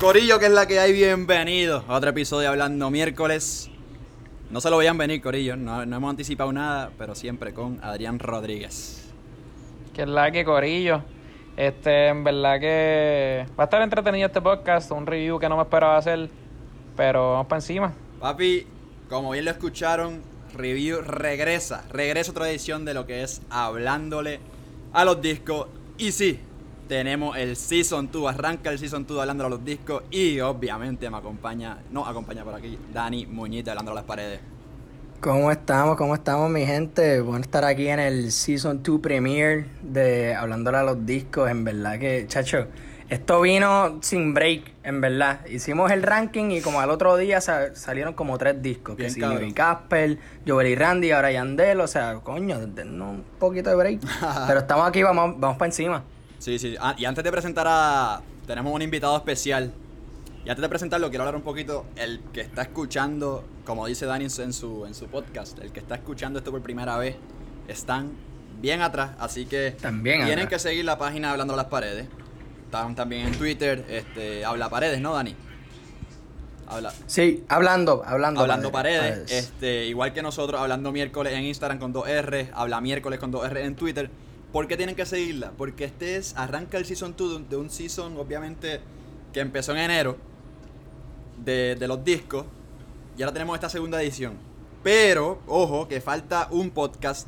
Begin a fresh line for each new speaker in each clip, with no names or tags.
Corillo, que es la que hay, bienvenidos a otro episodio de Hablando Miércoles. No se lo veían venir, Corillo, no, no hemos anticipado nada, pero siempre con Adrián Rodríguez.
Que es la que corillo. Este, en verdad que va a estar entretenido este podcast, un review que no me esperaba hacer, pero vamos para encima.
Papi, como bien lo escucharon, review regresa, regresa otra edición de lo que es Hablándole a los discos. Y sí, tenemos el Season 2, arranca el Season 2 hablándole a los discos y obviamente me acompaña, no acompaña por aquí, Dani Muñita hablándole a las paredes.
¿Cómo estamos? ¿Cómo estamos, mi gente? Bueno, estar aquí en el Season 2 Premiere de Hablándole a los discos. En verdad que, chacho, esto vino sin break, en verdad. Hicimos el ranking y como al otro día sa- salieron como tres discos.
Bien,
que si
cabrón.
Nicky Casper, Joel y Randy, ahora Yandel. O sea, coño, denos un poquito de break. Pero estamos aquí, vamos, vamos para encima.
Sí, sí. Ah, y antes de presentar a. Tenemos un invitado especial. Y antes de presentarlo, quiero hablar un poquito. El que está escuchando, como dice Dani en su- en su, en su podcast, el que está escuchando esto por primera vez, están bien atrás. Así que
Están bien
tienen
atrás.
que seguir la página Hablando a las Paredes. Están también en Twitter, este, Habla Paredes, ¿no, Dani? Habla,
Sí, hablando, hablando. Eh,
Hablando
padre,
paredes,
padres.
Este, igual que nosotros, hablando miércoles en Instagram con 2R, habla miércoles con 2R en Twitter. ¿Por qué tienen que seguirla? Porque este es, arranca el season 2 de un- de un season, obviamente, que empezó en enero, de, de los discos. Y ahora tenemos esta segunda edición. Pero, ojo, que falta un podcast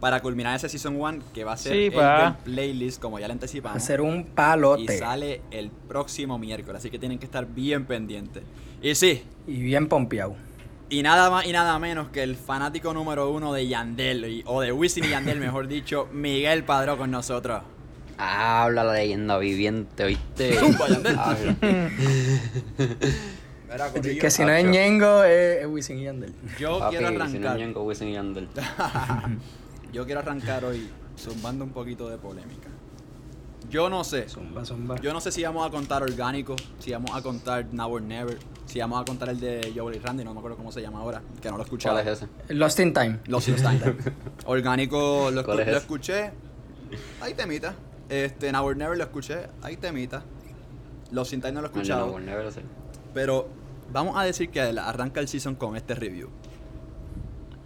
para culminar ese season 1, que va a ser
Sí,
el
pa.
del playlist, como ya le anticipamos.
Hacer un
y
palote.
sale el próximo miércoles, así que tienen que estar bien pendientes. Y sí,
Y bien pompeado.
y nada más y nada menos que el fanático número uno de Yandel, y- o de Wisin y Yandel, mejor dicho, Miguel Padró con nosotros.
Habla la leyenda viviente, ¿oíste?
Zumba, Yandel.
Habla.
Mira, Corillo,
Que si no es
Chacho.
Ñengo, es, es Wisin y Yandel.
yo
Papi,
quiero
si no es
arrancar.
Ñengo, Wisin y Yandel.
yo quiero arrancar hoy zumbando un poquito de polémica. Yo no sé.
Zumba, zumba.
Yo no sé si vamos a contar orgánico, si vamos a contar Now or Never, si vamos a contar el de Joel y Randy, no me acuerdo cómo se llama ahora, que no lo
¿Cuál
escuchaba.
es ese?
Lost in Time.
Los Standard. Orgánico lo, escu-
¿Cuál es
lo
ese?
escuché. Ahí temita. Este, en Our Never lo escuché. Ahí temita. Los Standard no lo he
No, yo no,
escuchado.
Bon Never, ese.
Pero vamos a decir que la- arranca el season con este review.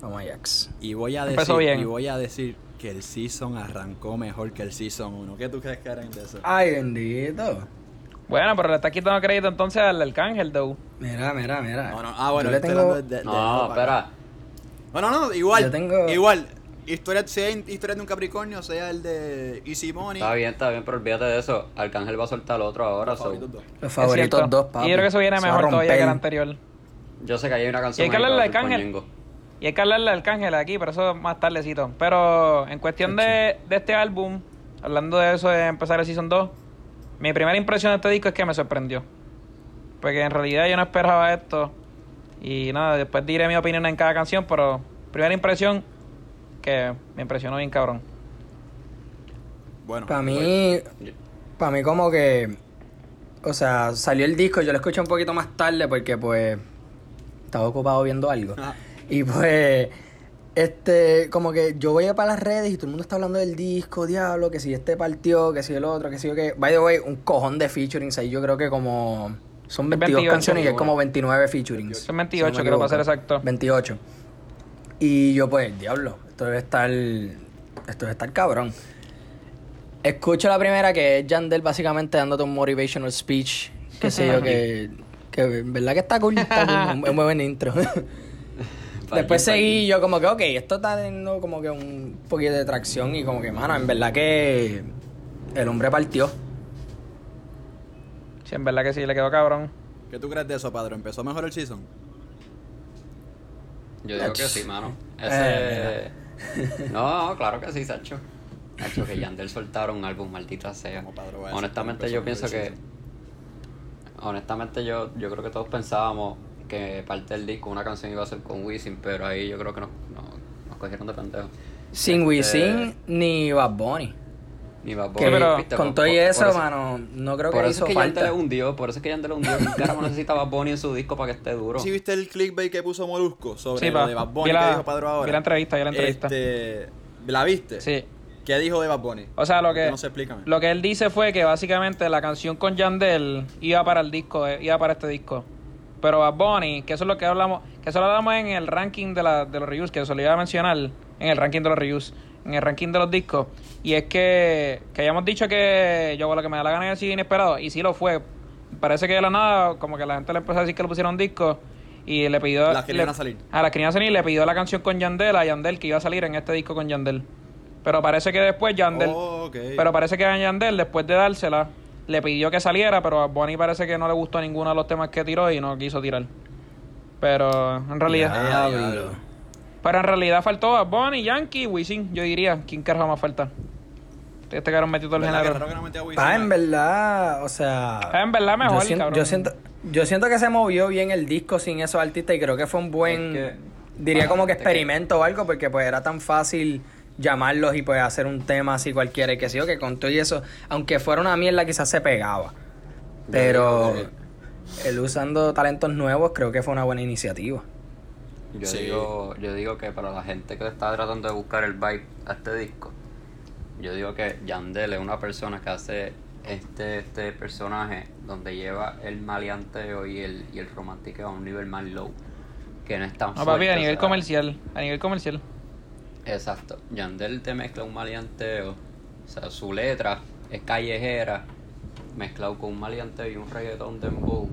Vamos Ajax.
Y voy a decir,
Empezó bien.
Y voy a decir que el season arrancó mejor que el season 1. ¿Qué tú crees que eran de eso?
Ay, bendito.
Bueno, pero le está quitando crédito entonces al Arcángel, though.
Mira, mira, mira.
No, no, ah, bueno,
yo le
estoy
tengo...
hablando de- de- de-
No,
para acá.
espera.
No, no, no, igual.
Yo tengo-
Igual. Historia, sea en- historia de un Capricornio, sea el de Easy Money.
Está bien, está bien, pero olvídate de eso. Arcángel va a soltar otro ahora.
Los
so.
favoritos dos.
Los
Es
favoritos
cierto.
dos, papi.
Y yo creo que eso viene
va a
mejor todavía que
romper.
el anterior.
Yo sé que ahí hay una
Y
canción.
hay que
ahí
hablarle
va
de
a ser con
Arcángel.
Ñengo.
Y hay que hablarle de Arcángel aquí, pero eso más tardecito. Pero en cuestión de, de este álbum, hablando de eso de empezar el Season 2, mi primera impresión de este disco es que me sorprendió. Porque en realidad yo no esperaba esto. Y nada, después diré mi opinión en cada canción, pero primera impresión que me impresionó bien cabrón.
Bueno,
Para mí, para mí como que... O sea, salió el disco, yo lo escuché un poquito más tarde porque pues... Estaba ocupado viendo algo.
Ah.
Y pues... Este, como que yo voy para las redes y todo el mundo está hablando del disco, diablo, que si este partió, que si el otro, que si yo que... By the way, un cojón de featurings ahí, yo creo que como... Son 22
28,
canciones y es
seguro.
como 29 featurings.
Son 28,
si no me
creo, para ser
equivoco.
exacto.
28. Y yo, pues, diablo, esto debe estar. Esto debe estar cabrón. Escucho la primera que es Yandel básicamente dándote un motivational speech. Qué sé yo, que. que en verdad que está cool. Está cool, un- un buen intro.
Pa'
Después
allí, pa'
seguí yo como que, ok, esto está teniendo como que un poquito de tracción y como que, mano, en verdad que el hombre partió.
Sí, en verdad que sí, le quedó cabrón.
¿qué tú crees de eso, Padrón? ¿Empezó mejor el season?
Yo digo que sí, mano.
Eh.
Ese. No, claro que sí, Sacho. Sacho, que Yandel soltaron un álbum, maldita sea.
Como Padre Báez,
Honestamente,
empezó
yo
muy
pienso que.
preciso.
Honestamente, yo, yo creo que todos pensábamos que parte del disco una canción iba a ser con Wisin, pero ahí yo creo que nos, nos, nos cogieron de pendejo. Este
Sin Wisin ni Bad Bunny.
Ni Bad
Que
Bunny,
pero
¿viste?
con
Por-
todo y
por- por
eso, mano, no creo
Por
que
eso
hizo
es que
falta.
Yandel le hundió, por eso es que Yandel le hundió. El cara no necesitaba Bonnie en su disco para que esté duro.
¿Sí viste el clickbait que puso Molusco sobre
Sí,
lo
pa.
de Bad Bunny
Vi la-
que dijo Padro ahora?
vi la entrevista, vi la entrevista.
Este, ¿La viste?
Sí.
¿Qué dijo de Bad Bunny?
O sea, lo que,
No sé, explícame.
lo que él dice fue que básicamente la canción con Yandel iba para el disco, eh, iba para este disco. Pero Bad Bunny, que eso es lo que hablamos, que eso lo hablamos en el ranking de, la, de los reviews, que eso lo iba a mencionar en el ranking de los reviews, en el ranking de los discos. Y es que, que hayamos dicho que yo con lo que me da la gana es decir inesperado, y sí lo fue. Parece que de la nada, como que la gente le empezó a decir que le pusieron disco y le pidió.
Las querían
le-
a salir.
A las querían a salir y le pidió la canción con Yandel a Yandel que iba a salir en este disco con Yandel. Pero parece que después Yandel.
Oh, ok.
Pero parece que a Yandel, después de dársela, le pidió que saliera, pero a Bonnie parece que no le gustó ninguno de los temas que tiró y no quiso tirar. Pero en realidad.
Ya,
Diablo.
ya.
Pero en realidad faltó a Bonnie, Yankee, Wisin, yo diría. ¿Quién carajo más falta? Este cabrón metió todo el
¿Verdad que
género.
raro que no metió a Wisin?
Pa, en verdad, o sea.
Ah, en verdad mejor,
yo sien-
cabrón.
yo siento, yo siento que se movió bien el disco sin esos artistas y creo que fue un buen.
Es que-
diría como que
es que-
experimento o algo, porque pues era tan fácil llamarlos y pues hacer un tema así cualquiera. Y que sí, o que con todo y eso, aunque fuera una mierda, quizás se pegaba. Pero él usando talentos nuevos creo que fue una buena iniciativa.
Yo,
Sí.
digo, yo digo que para la gente que está tratando de buscar el vibe a este disco, yo digo que Yandel es una persona que hace este, este personaje donde lleva el maleanteo y el, y el romantiqueo a un nivel más low, que no es tan
No, papi,
fuerte,
a nivel
o sea,
comercial. A nivel comercial.
Exacto. Yandel te mezcla un maleanteo, o sea, su letra es callejera, mezclado con un maleanteo y un reggaetón dembow,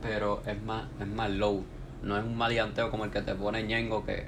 pero es más, es más low. No es un maleanteo como el que te pone Ñengo que...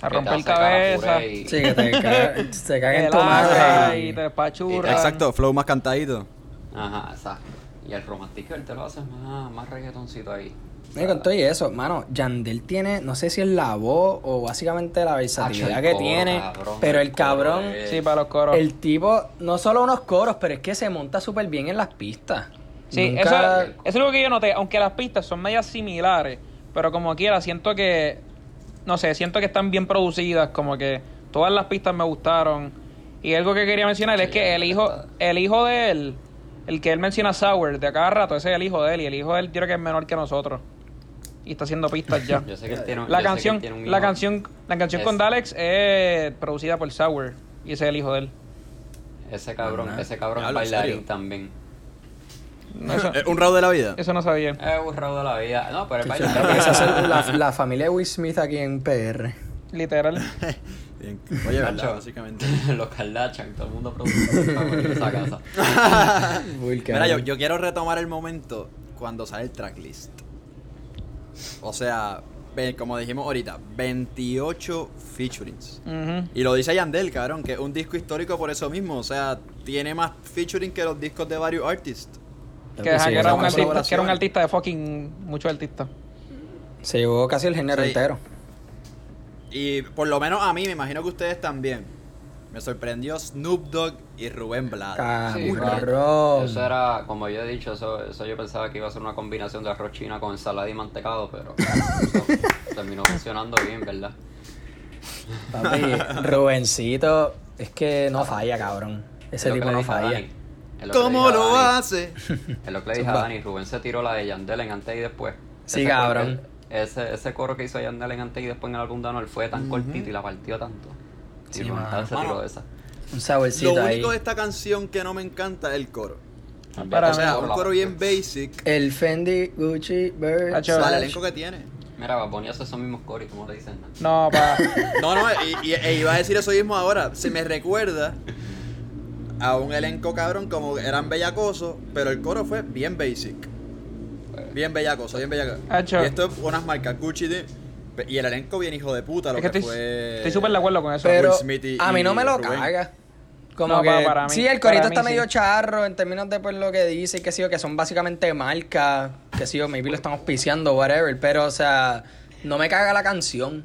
A
que
romper
te hace cara
cabeza.
puré y-
Sí, que te caga- se caga en tu
Relaja
madre.
y
y-
te despachurra.
Exacto, flow más cantadito.
Ajá, exacto. Y el romantico él te lo hace más, más reggaetoncito ahí.
No, y con todo y eso, mano, Yandel tiene, no sé si es la voz o básicamente la versatilidad
el
que
coro,
tiene,
cabrón,
pero
el
el cabrón,
coro, eh.
Sí, para los coros.
el tipo, no solo unos coros, pero es que se monta súper bien en las pistas.
Sí,
Nunca-
eso, eso es lo que yo noté, aunque las pistas son medias similares, pero como quiera, siento que, no sé, siento que están bien producidas, como que todas las pistas me gustaron. Y algo que quería mencionar es
Sí,
que el hijo,
está.
el hijo de él, el que él menciona Sauer de a cada rato, ese es el hijo de él, y el hijo de él creo que es menor que nosotros. Y está haciendo pistas ya.
Yo sé que él tiene, yo sé
la
que
canción,
tiene un
la
hijo.
canción, la canción con
Es-
Dalex es producida por Sauer, y ese es el hijo de él.
Ese cabrón, ese cabrón
Ya
es
hablo, ¿en
bailarín
serio?
también.
Eso,
Eh, Un round de la vida.
eso no sabía.
Es burrado de la vida. No, pero es
Creo que esa es
bailarín.
el- la, la familia de Will Smith aquí en PR.
Literal.
Bien. Oye, verdad,
Nacho.
básicamente.
Los Kardashian, todo el mundo produce en esa casa.
Mira, yo, yo quiero retomar el momento cuando sale el tracklist. O sea, ve- como dijimos ahorita, 28 featurings.
Ujú.
Y lo dice Yandel, cabrón, que es un disco histórico por eso mismo. O sea, tiene más featuring que los discos de varios artists.
Que, ajá, que era,
son
un artista,
colaboraciones.
que era un artista de fucking muchos artistas.
Se llevó casi el género
Sí.
entero.
Y por lo menos a mí, me imagino que ustedes también. Me sorprendió Snoop Dogg y Rubén Blades.
Ah, Sí,
Cabrón.
Eso era, como yo he dicho, eso, eso yo pensaba que iba a ser una combinación de arroz china con ensalada y mantecado, pero eso terminó funcionando bien, ¿verdad?
Papi, Rubencito, es que no falla, cabrón. Ese
Es lo que
tipo
le
no
dije a
falla.
Dani. Es que le
¿Cómo
dije a
lo
Dani.
hace?
Es lo que le dije a Dani, Rubén se tiró la de Yandel en antes y después.
Sí,
coro-
cabrón.
ese, ese coro que hizo Yandel en antes y después en el álbum de Anuel fue tan cortito y la partió tanto. Y
Sí,
Rubén
mano.
Blades se tiró
Mano.
de esa.
Un
Lo
saborcito ahí.
único de esta canción que no me encanta es el coro.
Para
O sea,
mí-
un coro bien basic.
El Fendi Gucci Bird.
Hacho,
Para
Chaval.
el elenco que tiene.
Mira, Baboni hace esos mismos coros y tú no le dices nada.
No, pa.
No, no, y, y- e iba a decir eso mismo ahora. Se me recuerda a un elenco cabrón como eran bellacosos, pero el coro fue bien basic. Bien bellacoso, bien bellacoso.
Hacho.
Y esto es unas marcas Gucci de- y el elenco bien hijo de puta, lo
es
que,
que estoy
fue.
estoy súper de acuerdo con eso.
Pero
Will Smith y-
a mí no me lo
y Rubén.
caga. Como
No,
que,
pa- para mí-
sí, el corito
para mí
está
sí.
medio charro en términos de pues, lo que dice y que sí, o que son básicamente marcas, que sí, o maybe lo están auspiciando, whatever, pero o sea, no me caga la canción.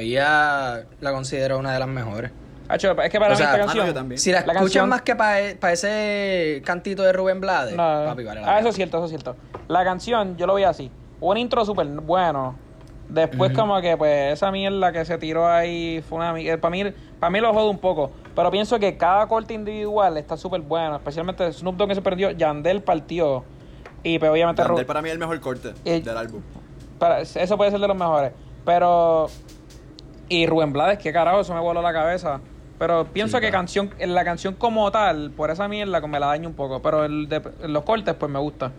Todavía la considero una de las mejores.
Hacho, es que para
O
mí
sea,
esta
ah, no,
canción.
yo también.
Si la,
La
escuchan
canción-
más que para ese cantito de Rubén Blades,
No,
papi, vale la
ah,
pena.
eso es cierto, eso es cierto. La canción, yo lo veía así. Un intro súper bueno. Después, como que, pues, esa mierda que se tiró ahí fue una mierda. Para mí, para mí lo jode un poco. Pero pienso que cada corte individual está súper bueno. Especialmente Snoop Dogg que se perdió. Yandel partió. Y, pues, obviamente, Ru-
Yandel para mí es el mejor corte
Eh,
del álbum.
Para- eso puede ser de los mejores. Pero. Y Rubén Blades, qué carajo, eso me voló la cabeza. Pero pienso
Sí,
que
claro.
canción, en la canción como tal, por esa mierda, como me la daño un poco. Pero el de- en los cortes, pues me gusta.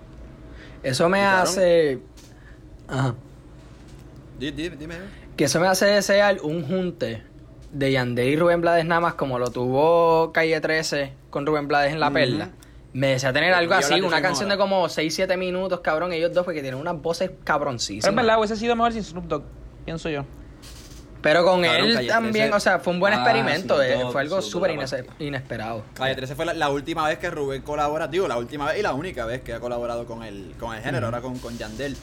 Eso me
Claro.
hace. Ajá.
Di- di- Dime, dime.
Que eso me hace desear un junte de Yandel y Rubén Blades nada más como lo tuvo Calle 13 con Rubén Blades en La
Ujú.
Perla. Me desea tener
Pero
algo
ya
así,
hablaste
una
sin
canción
hora.
de como 6-7 minutos, cabrón, ellos dos, porque tienen unas voces cabroncísimas.
Pero es verdad, hubiese sido mejor sin Snoop Dogg, pienso yo.
Pero con
Cabrón,
él
Calle
también,
13.
o sea, fue un buen
Ah,
experimento,
Snoop
eh,
Dogg,
fue algo
Snoop
súper
Dogg,
ines- inesperado.
Calle 13 fue la, la última vez que Rubén colabora, digo, la última vez y la única vez que ha colaborado con el, con el género, ahora con, con Yandel.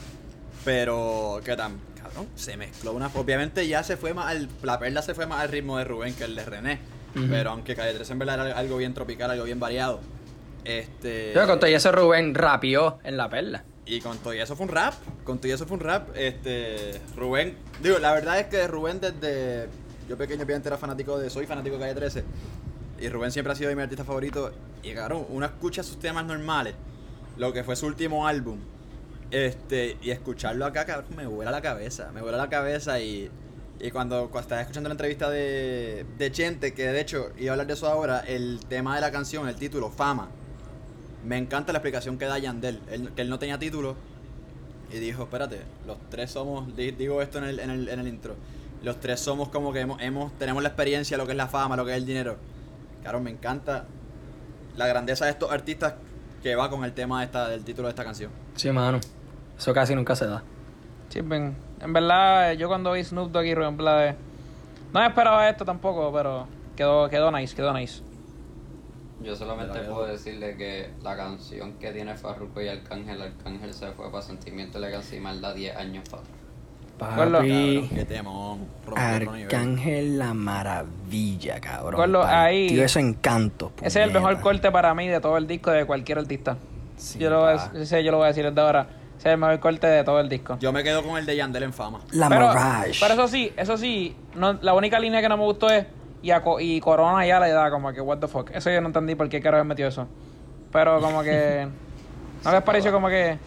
Pero, ¿qué tan? Cabrón, se mezcló una. Obviamente ya se fue más al. La perla se fue más al ritmo de Rubén que el de René.
Ujú.
Pero aunque Calle 13 en verdad era algo bien tropical, algo bien variado. Este.
Yo con todo y eso Rubén rapió en La Perla.
Y con todo y eso fue un rap. Con todo y eso fue un rap. Este. Rubén. Digo, la verdad es que Rubén desde. Yo pequeño, obviamente era fanático de. Soy fanático de Calle 13. Y Rubén siempre ha sido mi artista favorito. Y cabrón, uno escucha sus temas normales. Lo que fue su último álbum. Este. Y escucharlo acá, cabrón, me vuela la cabeza. Me vuela la cabeza y. Y cuando, cuando estaba escuchando la entrevista de, de Chente, que de hecho iba a hablar de eso ahora, el tema de la canción, el título, Fama, me encanta la explicación que da Yandel, él- que él no tenía título y dijo, espérate, los tres somos, di- digo esto en el, en el, en el intro, los tres somos como que hemos, hemos- tenemos la experiencia, lo que es la fama, lo que es el dinero. Claro, me encanta la grandeza de estos artistas que va con el tema de esta, del título de esta canción.
Sí, mano. Eso casi nunca se da.
Sí, ven. En verdad, yo cuando vi Snoop Dogg y Rubén Blades, no esperaba esto tampoco, pero quedó, quedó nice, quedó nice.
Yo solamente
Pero-
puedo decirle que la canción que tiene Farruko y Arcángel, Arcángel se fue para Sentimiento de Legacy Malda 10 años para atrás.
Gordo.
Papi,
Cabrón, qué temón, rompe otro nivel.
Arcángel la maravilla, cabrón.
Gordo, ahí-
Tío, eso encanto.
Ese es el mejor
puñeta.
corte para mí de todo el disco de cualquier artista.
Sí,
yo, lo voy a,
pa.
ese yo lo voy a decir desde ahora. Ese es el mejor corte de todo el disco.
Yo me quedo con el de Yandel en fama.
La
pero,
Mirage.
pero eso sí, eso sí, no- la única línea que no me gustó es y, a Co- y Corona ya la edad, como que what the fuck. Eso yo no entendí por qué quiero haber metido eso. Pero como que no les pareció como que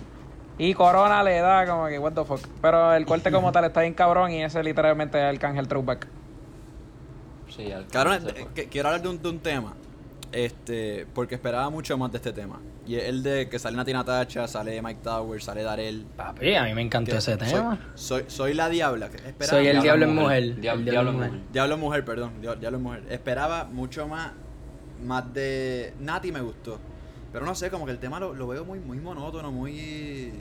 y Corona le da como que what the fuck. Pero el corte como tal está bien cabrón y ese literalmente es el Arcángel Throwback.
Sí, Arcángel
Cabrón,
se
eh,
fue.
que- quiero hablar de un, de un tema. Este, porque esperaba mucho más de este tema. Y es el de que sale Natina Tacha, sale Mike Tower, sale Darel.
Papi, a mí me encantó
Que
ese
soy-
tema.
Soy, soy la diabla. que esperaba-
Soy el diablo en mujer.
Diab-
El
Diablo, en mujer.
Diablo mujer, perdón. dia- Diablo mujer. Esperaba mucho más, más de Nati me gustó. Pero no sé, como que el tema lo, lo veo muy, muy monótono, muy.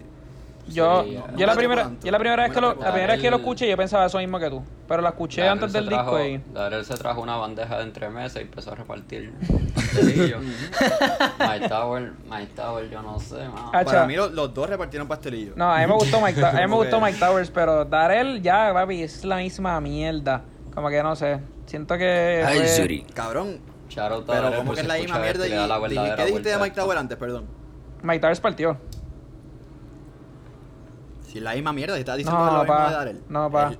Yo,
Sí, no
yo, la
me
primera,
tanto.
yo la primera vez
No
que
me
lo,
tanto.
la primera vez que lo
El-
escuché yo pensaba eso mismo que tú. Pero la escuché
Darrell
antes
se
del
trajo-
disco y...
Darrell se trajo una bandeja de entremesa y empezó a repartir pastelillos. My Tower, My Tower, yo no sé, mano.
Ah,
Para mí lo- los dos repartieron pastelillos.
No, a mí me gustó Mike, Ta- a mí me
Como
gustó
que-
Mike Towers, pero Darel ya, papi, es la misma mierda. Como que no sé. Siento que.
Ay,
fue-
Zuri.
Cabrón.
Shout out a
Pero
Darrell
como
por
que es
pues si
la
escucha
misma
esto
mierda.
y le da la
Y, dije,
verdadera
¿Qué dijiste de
vuelta a
Mike
esto.
Tower antes? Perdón.
Mike Towers partió.
Si la misma mierda, si estás diciendo
No,
lo mismo
pa.
de Darel.
No, pa.
El-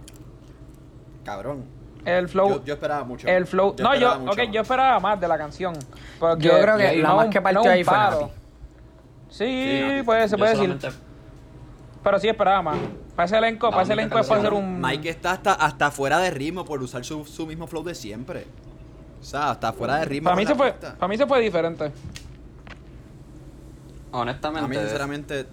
Cabrón.
El flow.
Yo, yo esperaba mucho.
el flow. no,
esperaba
yo,
mucho
ok,
más.
yo esperaba más de la canción. Porque
Yo creo que
y
la
no
más
un-
que partió
no un
ahí fue
paro.
Nati.
Sí,
Sí, Nati.
pues, se
Yo
puede
solamente-
decir. Pero sí esperaba más. Para ese elenco,
La
para ese
única
elenco es para hacer
canción-
un.
Mike está hasta, hasta fuera de ritmo por usar su, su mismo flow de siempre. O sea, hasta fuera de ritmo.
para, mí
con la
se fue,
pista.
para mí se fue diferente.
A mí,
Honestamente,
sinceramente,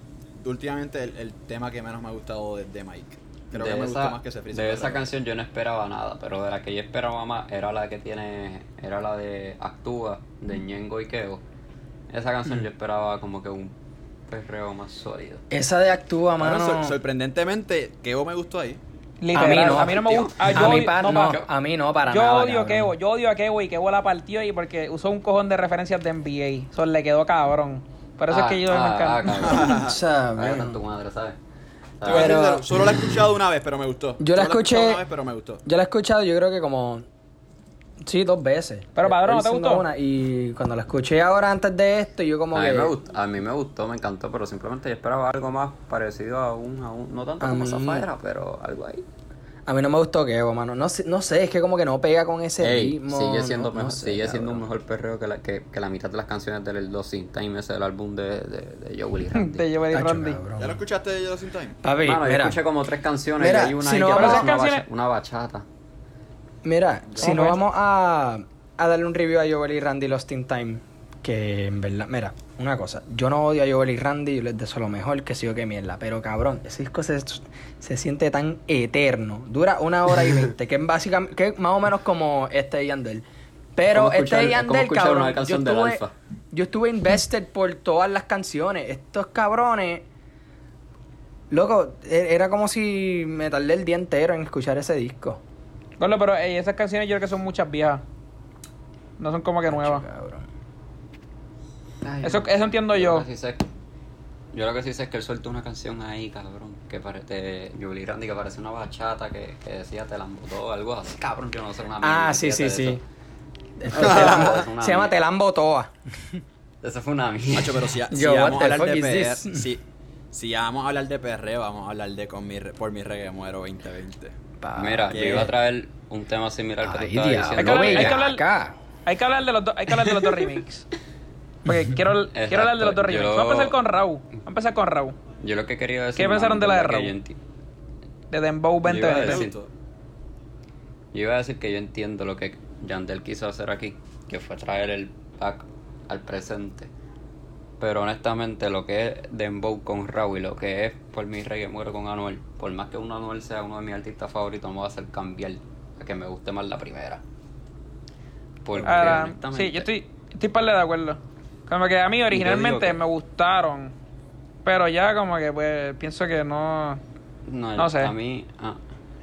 últimamente el, el tema que menos me ha gustado de, de Mike. Creo
de
que me
esa,
gusta más que se frisa.
de esa canción yo no esperaba nada, pero de la que yo esperaba más era la que tiene, era la de Actúa, de Ñengo y Keo. Esa canción yo esperaba como que un perreo más sólido.
Esa de
Ah,
Actúa,
Cabrón,
mano.
sor- sorprendentemente, Keo me gustó ahí.
Literal.
A mí no.
me gusta. Ah,
a mí, pa- no,
pa-
a mí no, para
yo
nada.
Odio a
cabrón.
Kevo, yo odio a Kevo y Kevo la partió y porque usó un cojón de referencias de NBA. Eso le quedó cabrón. Por eso
Ah,
es que yo me
ah,
encanta.
ah, cabrón.
O sea,
Ay,
bueno.
tanto madre, ¿sabes?
Te voy a ser
¿Sabes?
Pero-
sincero, solo la he escuchado una vez, pero me gustó.
Yo
Solo he
la
escuchado
escuché-
Una vez, pero me gustó.
Yo la he escuchado, yo creo que como. Sí, dos veces.
Pero, padrón, ¿no te
Él siendo
gustó?
una, y cuando la escuché ahora antes de esto, yo como
a,
que.
mí me gustó, a mí me gustó, me encantó, pero simplemente yo esperaba algo más parecido a un, a un no tanto
A
como
mí-
Zafaera, pero algo ahí.
A mí no me gustó Kevo, mano. No sé, no sé, es que como que no pega con ese
Ey,
ritmo.
sigue siendo,
no- no
mejor,
sé,
sigue siendo un
cabrón.
mejor perreo que la, que, que la mitad de las canciones del Los Sin Time, ese del álbum de, de, de Joey Lee Randy.
Te llevo de
Tacho,
Randy.
cabrón.
¿Ya lo escuchaste de Yellow Time?
Papi,
Mano, yo
mira,
escuché como tres canciones
Mira,
y hay una
si
ahí
no
que
vamos-
parece una,
Esas
bacha-
canciones-
una bachata.
mira, si no
ves?
vamos a, a darle un review a Joel y Randy Lost in Time. Que en verdad, mira, una cosa, yo no odio a Joel y Randy, yo les deseo lo mejor, que sigo que mierda, pero cabrón, ese disco se, se siente tan eterno. Dura una hora y veinte, que es básicamente, que es más o menos como este Yandel. Pero
Como
este
escuchar- como
Yandel,
escuchar
cabrón,
una canción
yo,
del
estuve,
Alfa.
yo estuve invested por todas las canciones. Estos cabrones, loco, e- era como si me tardé el día entero en escuchar ese disco.
Gordo, pero ey, esas canciones yo creo que son muchas viejas. No son como que nuevas.
Cabrón.
Ay,
Eso-
no.
eso entiendo yo.
lo que sí sé- yo lo que sí sé es que él soltó una canción ahí, cabrón, que parece, Julie Randy, que parece una bachata que, que decía te la embotó o algo así. Cabrón, yo no sé una mierda.
Ah, sí, sí,
fíjate de
sí.
eso.
Este es Telambo-
Ah, es una
se llama
mierda.
Telambo Toa.
Eso fue una mierda.
Macho, pero si, si
Yo, what
vamos a
the
hablar de
fuck
PR,
is this?
si, si ya vamos a hablar de PR, vamos a hablar de con mi, re- por mi reggae muero 2020.
Mira,
¿qué?
yo iba a traer un tema similar que tú
Ay,
estabas
diablo,
diciendo.
Hay que hablar- hay
Miguel.
que hablar-
acá.
Hay que hablar de los dos, hay que hablar de los dos remakes. Porque quiero, quiero hablar de los dos
Exacto,
remakes.
yo-
Vamos a empezar con Raúl. Vamos a empezar con Raúl.
Yo lo que quería decir.
¿Qué pensaron de la de
que
Raúl?
Yo, enti-
De Dembow
Yo iba a
2020.
decir-
Exacto.
yo iba a decir que yo entiendo lo que Yandel quiso hacer aquí, que fue traer el pack al presente. Pero honestamente, lo que es Dembow con Raúl y lo que es por mi reggae muero con Anuel, por más que uno Anuel sea uno de mis artistas favoritos, no me va a hacer cambiar a que me guste más la primera. Porque
Ah,
honestamente.
sí, yo estoy, estoy par de acuerdo. Como que a mí originalmente
que-
me gustaron. Pero ya como que pues pienso que no.
No,
No sé.
a mí. ah,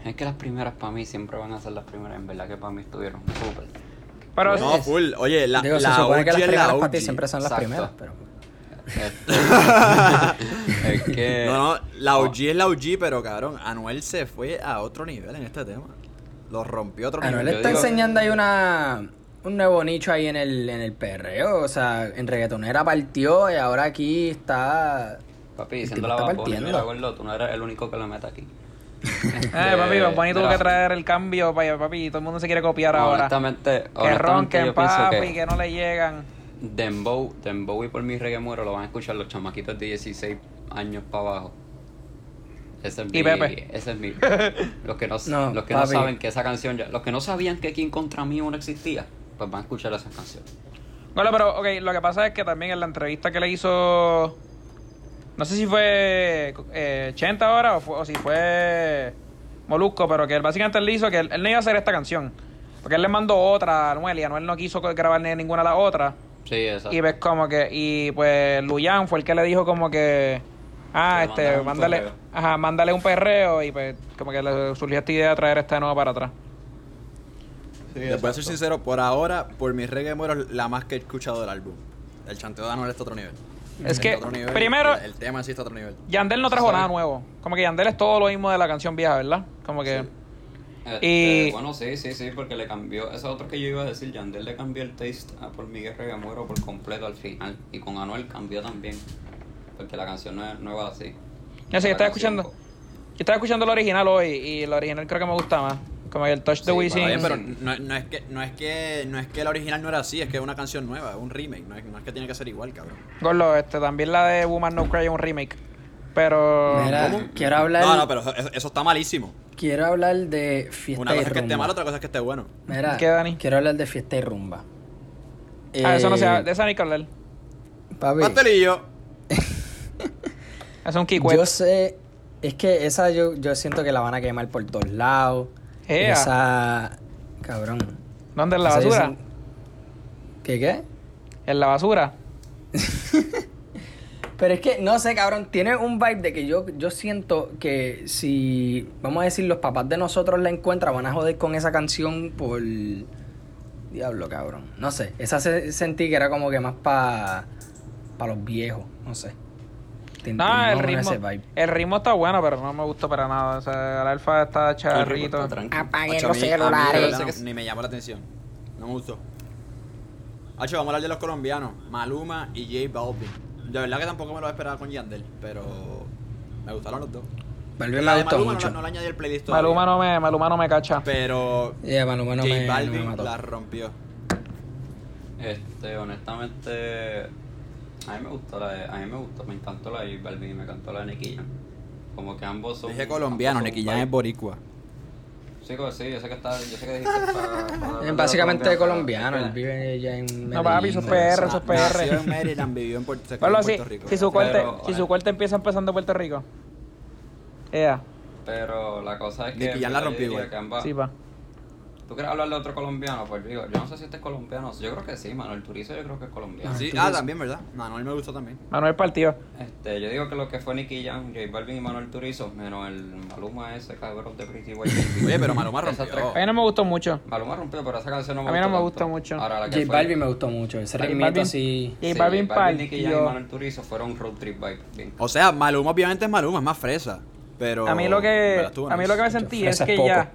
es que las primeras para mí siempre van a ser las primeras. En verdad que para mí estuvieron súper.
Pero
No, full. Oye, la,
Digo,
la
se supone que
OG
las
es
primeras
la
para ti
OG.
siempre son las
Exacto.
primeras, pero
Este, es que.
No, no, la OG es la OG, pero cabrón, Anuel se fue a otro nivel en este tema. Lo rompió a otro
Anuel
nivel.
yo
está
digo-
enseñando ahí una un nuevo nicho ahí en el en el perreo, o sea, en reggaetonera partió y ahora aquí está
Papi,
El tipo
diciendo la
está
vapor,
partiendo.
mira, gordo, tú no eres el único que la mete aquí. pues,
Eh, papi, Bad Bunny tuvo
mira,
que traer el cambio, papi, papi, todo el mundo se quiere copiar ahora.
Honestamente,
Que
honestamente
ronquen,
yo pienso
papi, que...
que
no le llegan.
Dembow, Dembow y por mi reggae muero lo van a escuchar los chamaquitos de 16 años para abajo. Ese es
Y
mi,
Pepe.
Ese es mi. Los que, no,
No,
los que no
papi.
saben que esa canción ya. Los que no sabían que King contra mí no existía, pues van a escuchar esa canción.
Bueno, pero, ok, lo que pasa es que también en la entrevista que le hizo. No sé si fue eh, Chenta ahora o, fue- o si fue Molusco, pero que él básicamente le hizo que él, él no iba a hacer esta canción. Porque él le mandó otra a Anuel y Anuel no quiso grabar ni ninguna de las otras.
Sí, esa.
Y ves como que. Y pues Luyan fue el que le dijo como que. Ah,
Que
este,
mandara un
mándale.
perreo.
Ajá, mándale un perreo. Y pues, como que le surgió esta idea de traer esta nueva para atrás.
Les voy a ser sincero, por ahora, por mi reggae muero es la más que he escuchado del álbum. El chanteo de Anuel está a otro nivel.
Es
Está
que,
a otro nivel,
primero-
El, el tema sí está a otro nivel.
Yandel no trajo nada nuevo. Como que Yandel es todo lo mismo de la canción vieja, ¿verdad? Como que.
Este,
Y-
Bueno, sí, sí, sí, porque le cambió. Eso es otro que yo iba a decir. Yandel le cambió el taste a por Miguel Regamuero por completo al final. Y con Anuel cambió también. Porque la canción no, es- no va así.
No sé, yo
La
estaba escuchando.
canción-
Yo estaba escuchando el original hoy y el original creo que me gusta más. Como que el touch de
Sí,
Está
Wisin.
bien, pero
Sí.
no, no es que, no, es que, no es que la original no era así, es que es una canción nueva, es un remake. No es, no es que tiene que ser igual, cabrón.
Gorlo, este, también la de Woman No Cry es un remake. Pero.
Mira, quiero hablar
No, no, pero eso, eso está malísimo.
quiero hablar de fiesta
Una
y
cosa es que
rumba.
esté mal, otra cosa es que esté bueno.
Mira,
¿Qué, Dani?
quiero hablar de fiesta y rumba.
Ah, eso no
Eh,
se ha- De esa ni que hablar. Eso
papi,
Pastelillo.
Es un
Yo
kick
sé, es que esa yo, yo siento que la van a quemar por todos lados.
Ea.
Esa, cabrón.
¿Dónde? ¿En la
Esa yo
basura?
siento- ¿Qué qué?
En la basura.
Pero es que, no sé, cabrón, tiene un vibe de que yo, yo siento que si, vamos a decir, los papás de nosotros la encuentran, van a joder con esa canción por... Diablo, cabrón. No sé, esa se, sentí que era como que más para los viejos, no sé. Te-
No,
tenía
Ah, el
como
ritmo.
ese vibe.
El ritmo está bueno, pero no me gustó para nada. O sea, el alfa está charrito.
Apaguen
Acho, a mí-
los
a mí, de
celulares.
verdad, no- ni me llamó la atención. No me gustó. Hacho, vamos a hablar de los colombianos. Maluma y J Balvin. De verdad que tampoco me lo esperaba con Yandel, pero me gustaron los dos.
Balvin
La
me
de
gustó
Maluma no
mucho.
la- no, le añadí el playlist todavía,
Maluma no, me, Maluma no me cacha.
Pero
Yeah, Maluma no
J
me, no me
Balvin
mató.
la rompió.
Este, honestamente. A mí me gustó la de. A mí me gustó. Me encantó la de J Balvin y me encantó la de Nicky Jam. Como que ambos son.
Dije colombiano,
ambos son
Nicky
un
Jam es
vibe.
boricua.
Chico, sí, yo sé que está. Yo sé que dijiste. para- para-
Es Básicamente
para-
colombiano,
para-
él vive ya en Medellín. pues,
No, papi, eso es PR, eso es
Nació
PR.
en Maryland, vivió en Puerto, se crió
Pablo,
en
si,
Puerto Rico.
si su
¿verdad?
corte,
Pero,
si
bueno.
su corte empieza empezando en Puerto Rico. Ea,
Pero la cosa es que.
Nicky, ya
en
la
verdad
rompí,
yo diría
güey.
que ambas-
sí, pa.
¿Tú quieres hablar de otro colombiano? Pues digo, yo no sé si este es colombiano. Yo creo que sí, Manuel Turizo, yo creo que es colombiano.
Sí, ah, también, ¿verdad? Manuel me gustó también.
Manuel partió.
Este, yo digo que lo que fue Nicky Jam, J Balvin y Manuel Turizo, menos el Maluma ese cabrón de Pretty White. Baby.
Oye, pero Maluma
Esas
rompió.
tres-
A mí no me gustó mucho.
Maluma rompió, pero esa canción no me
A mí no me
tanto.
gusta mucho.
Ahora, la que
J
fue-
Balvin me gustó mucho, ese
J
ritmito
Balvin.
así.
J
sí,
Balvin
Nicky Jam y
partió.
Manuel Turizo fueron un road trip vibe. Bien.
O sea, Maluma obviamente es Maluma, es más fresa. Pero.
A mí lo que,
pero estuvo
a mí
nice.
lo que me sentí es
fresa
que
es poco.
ya,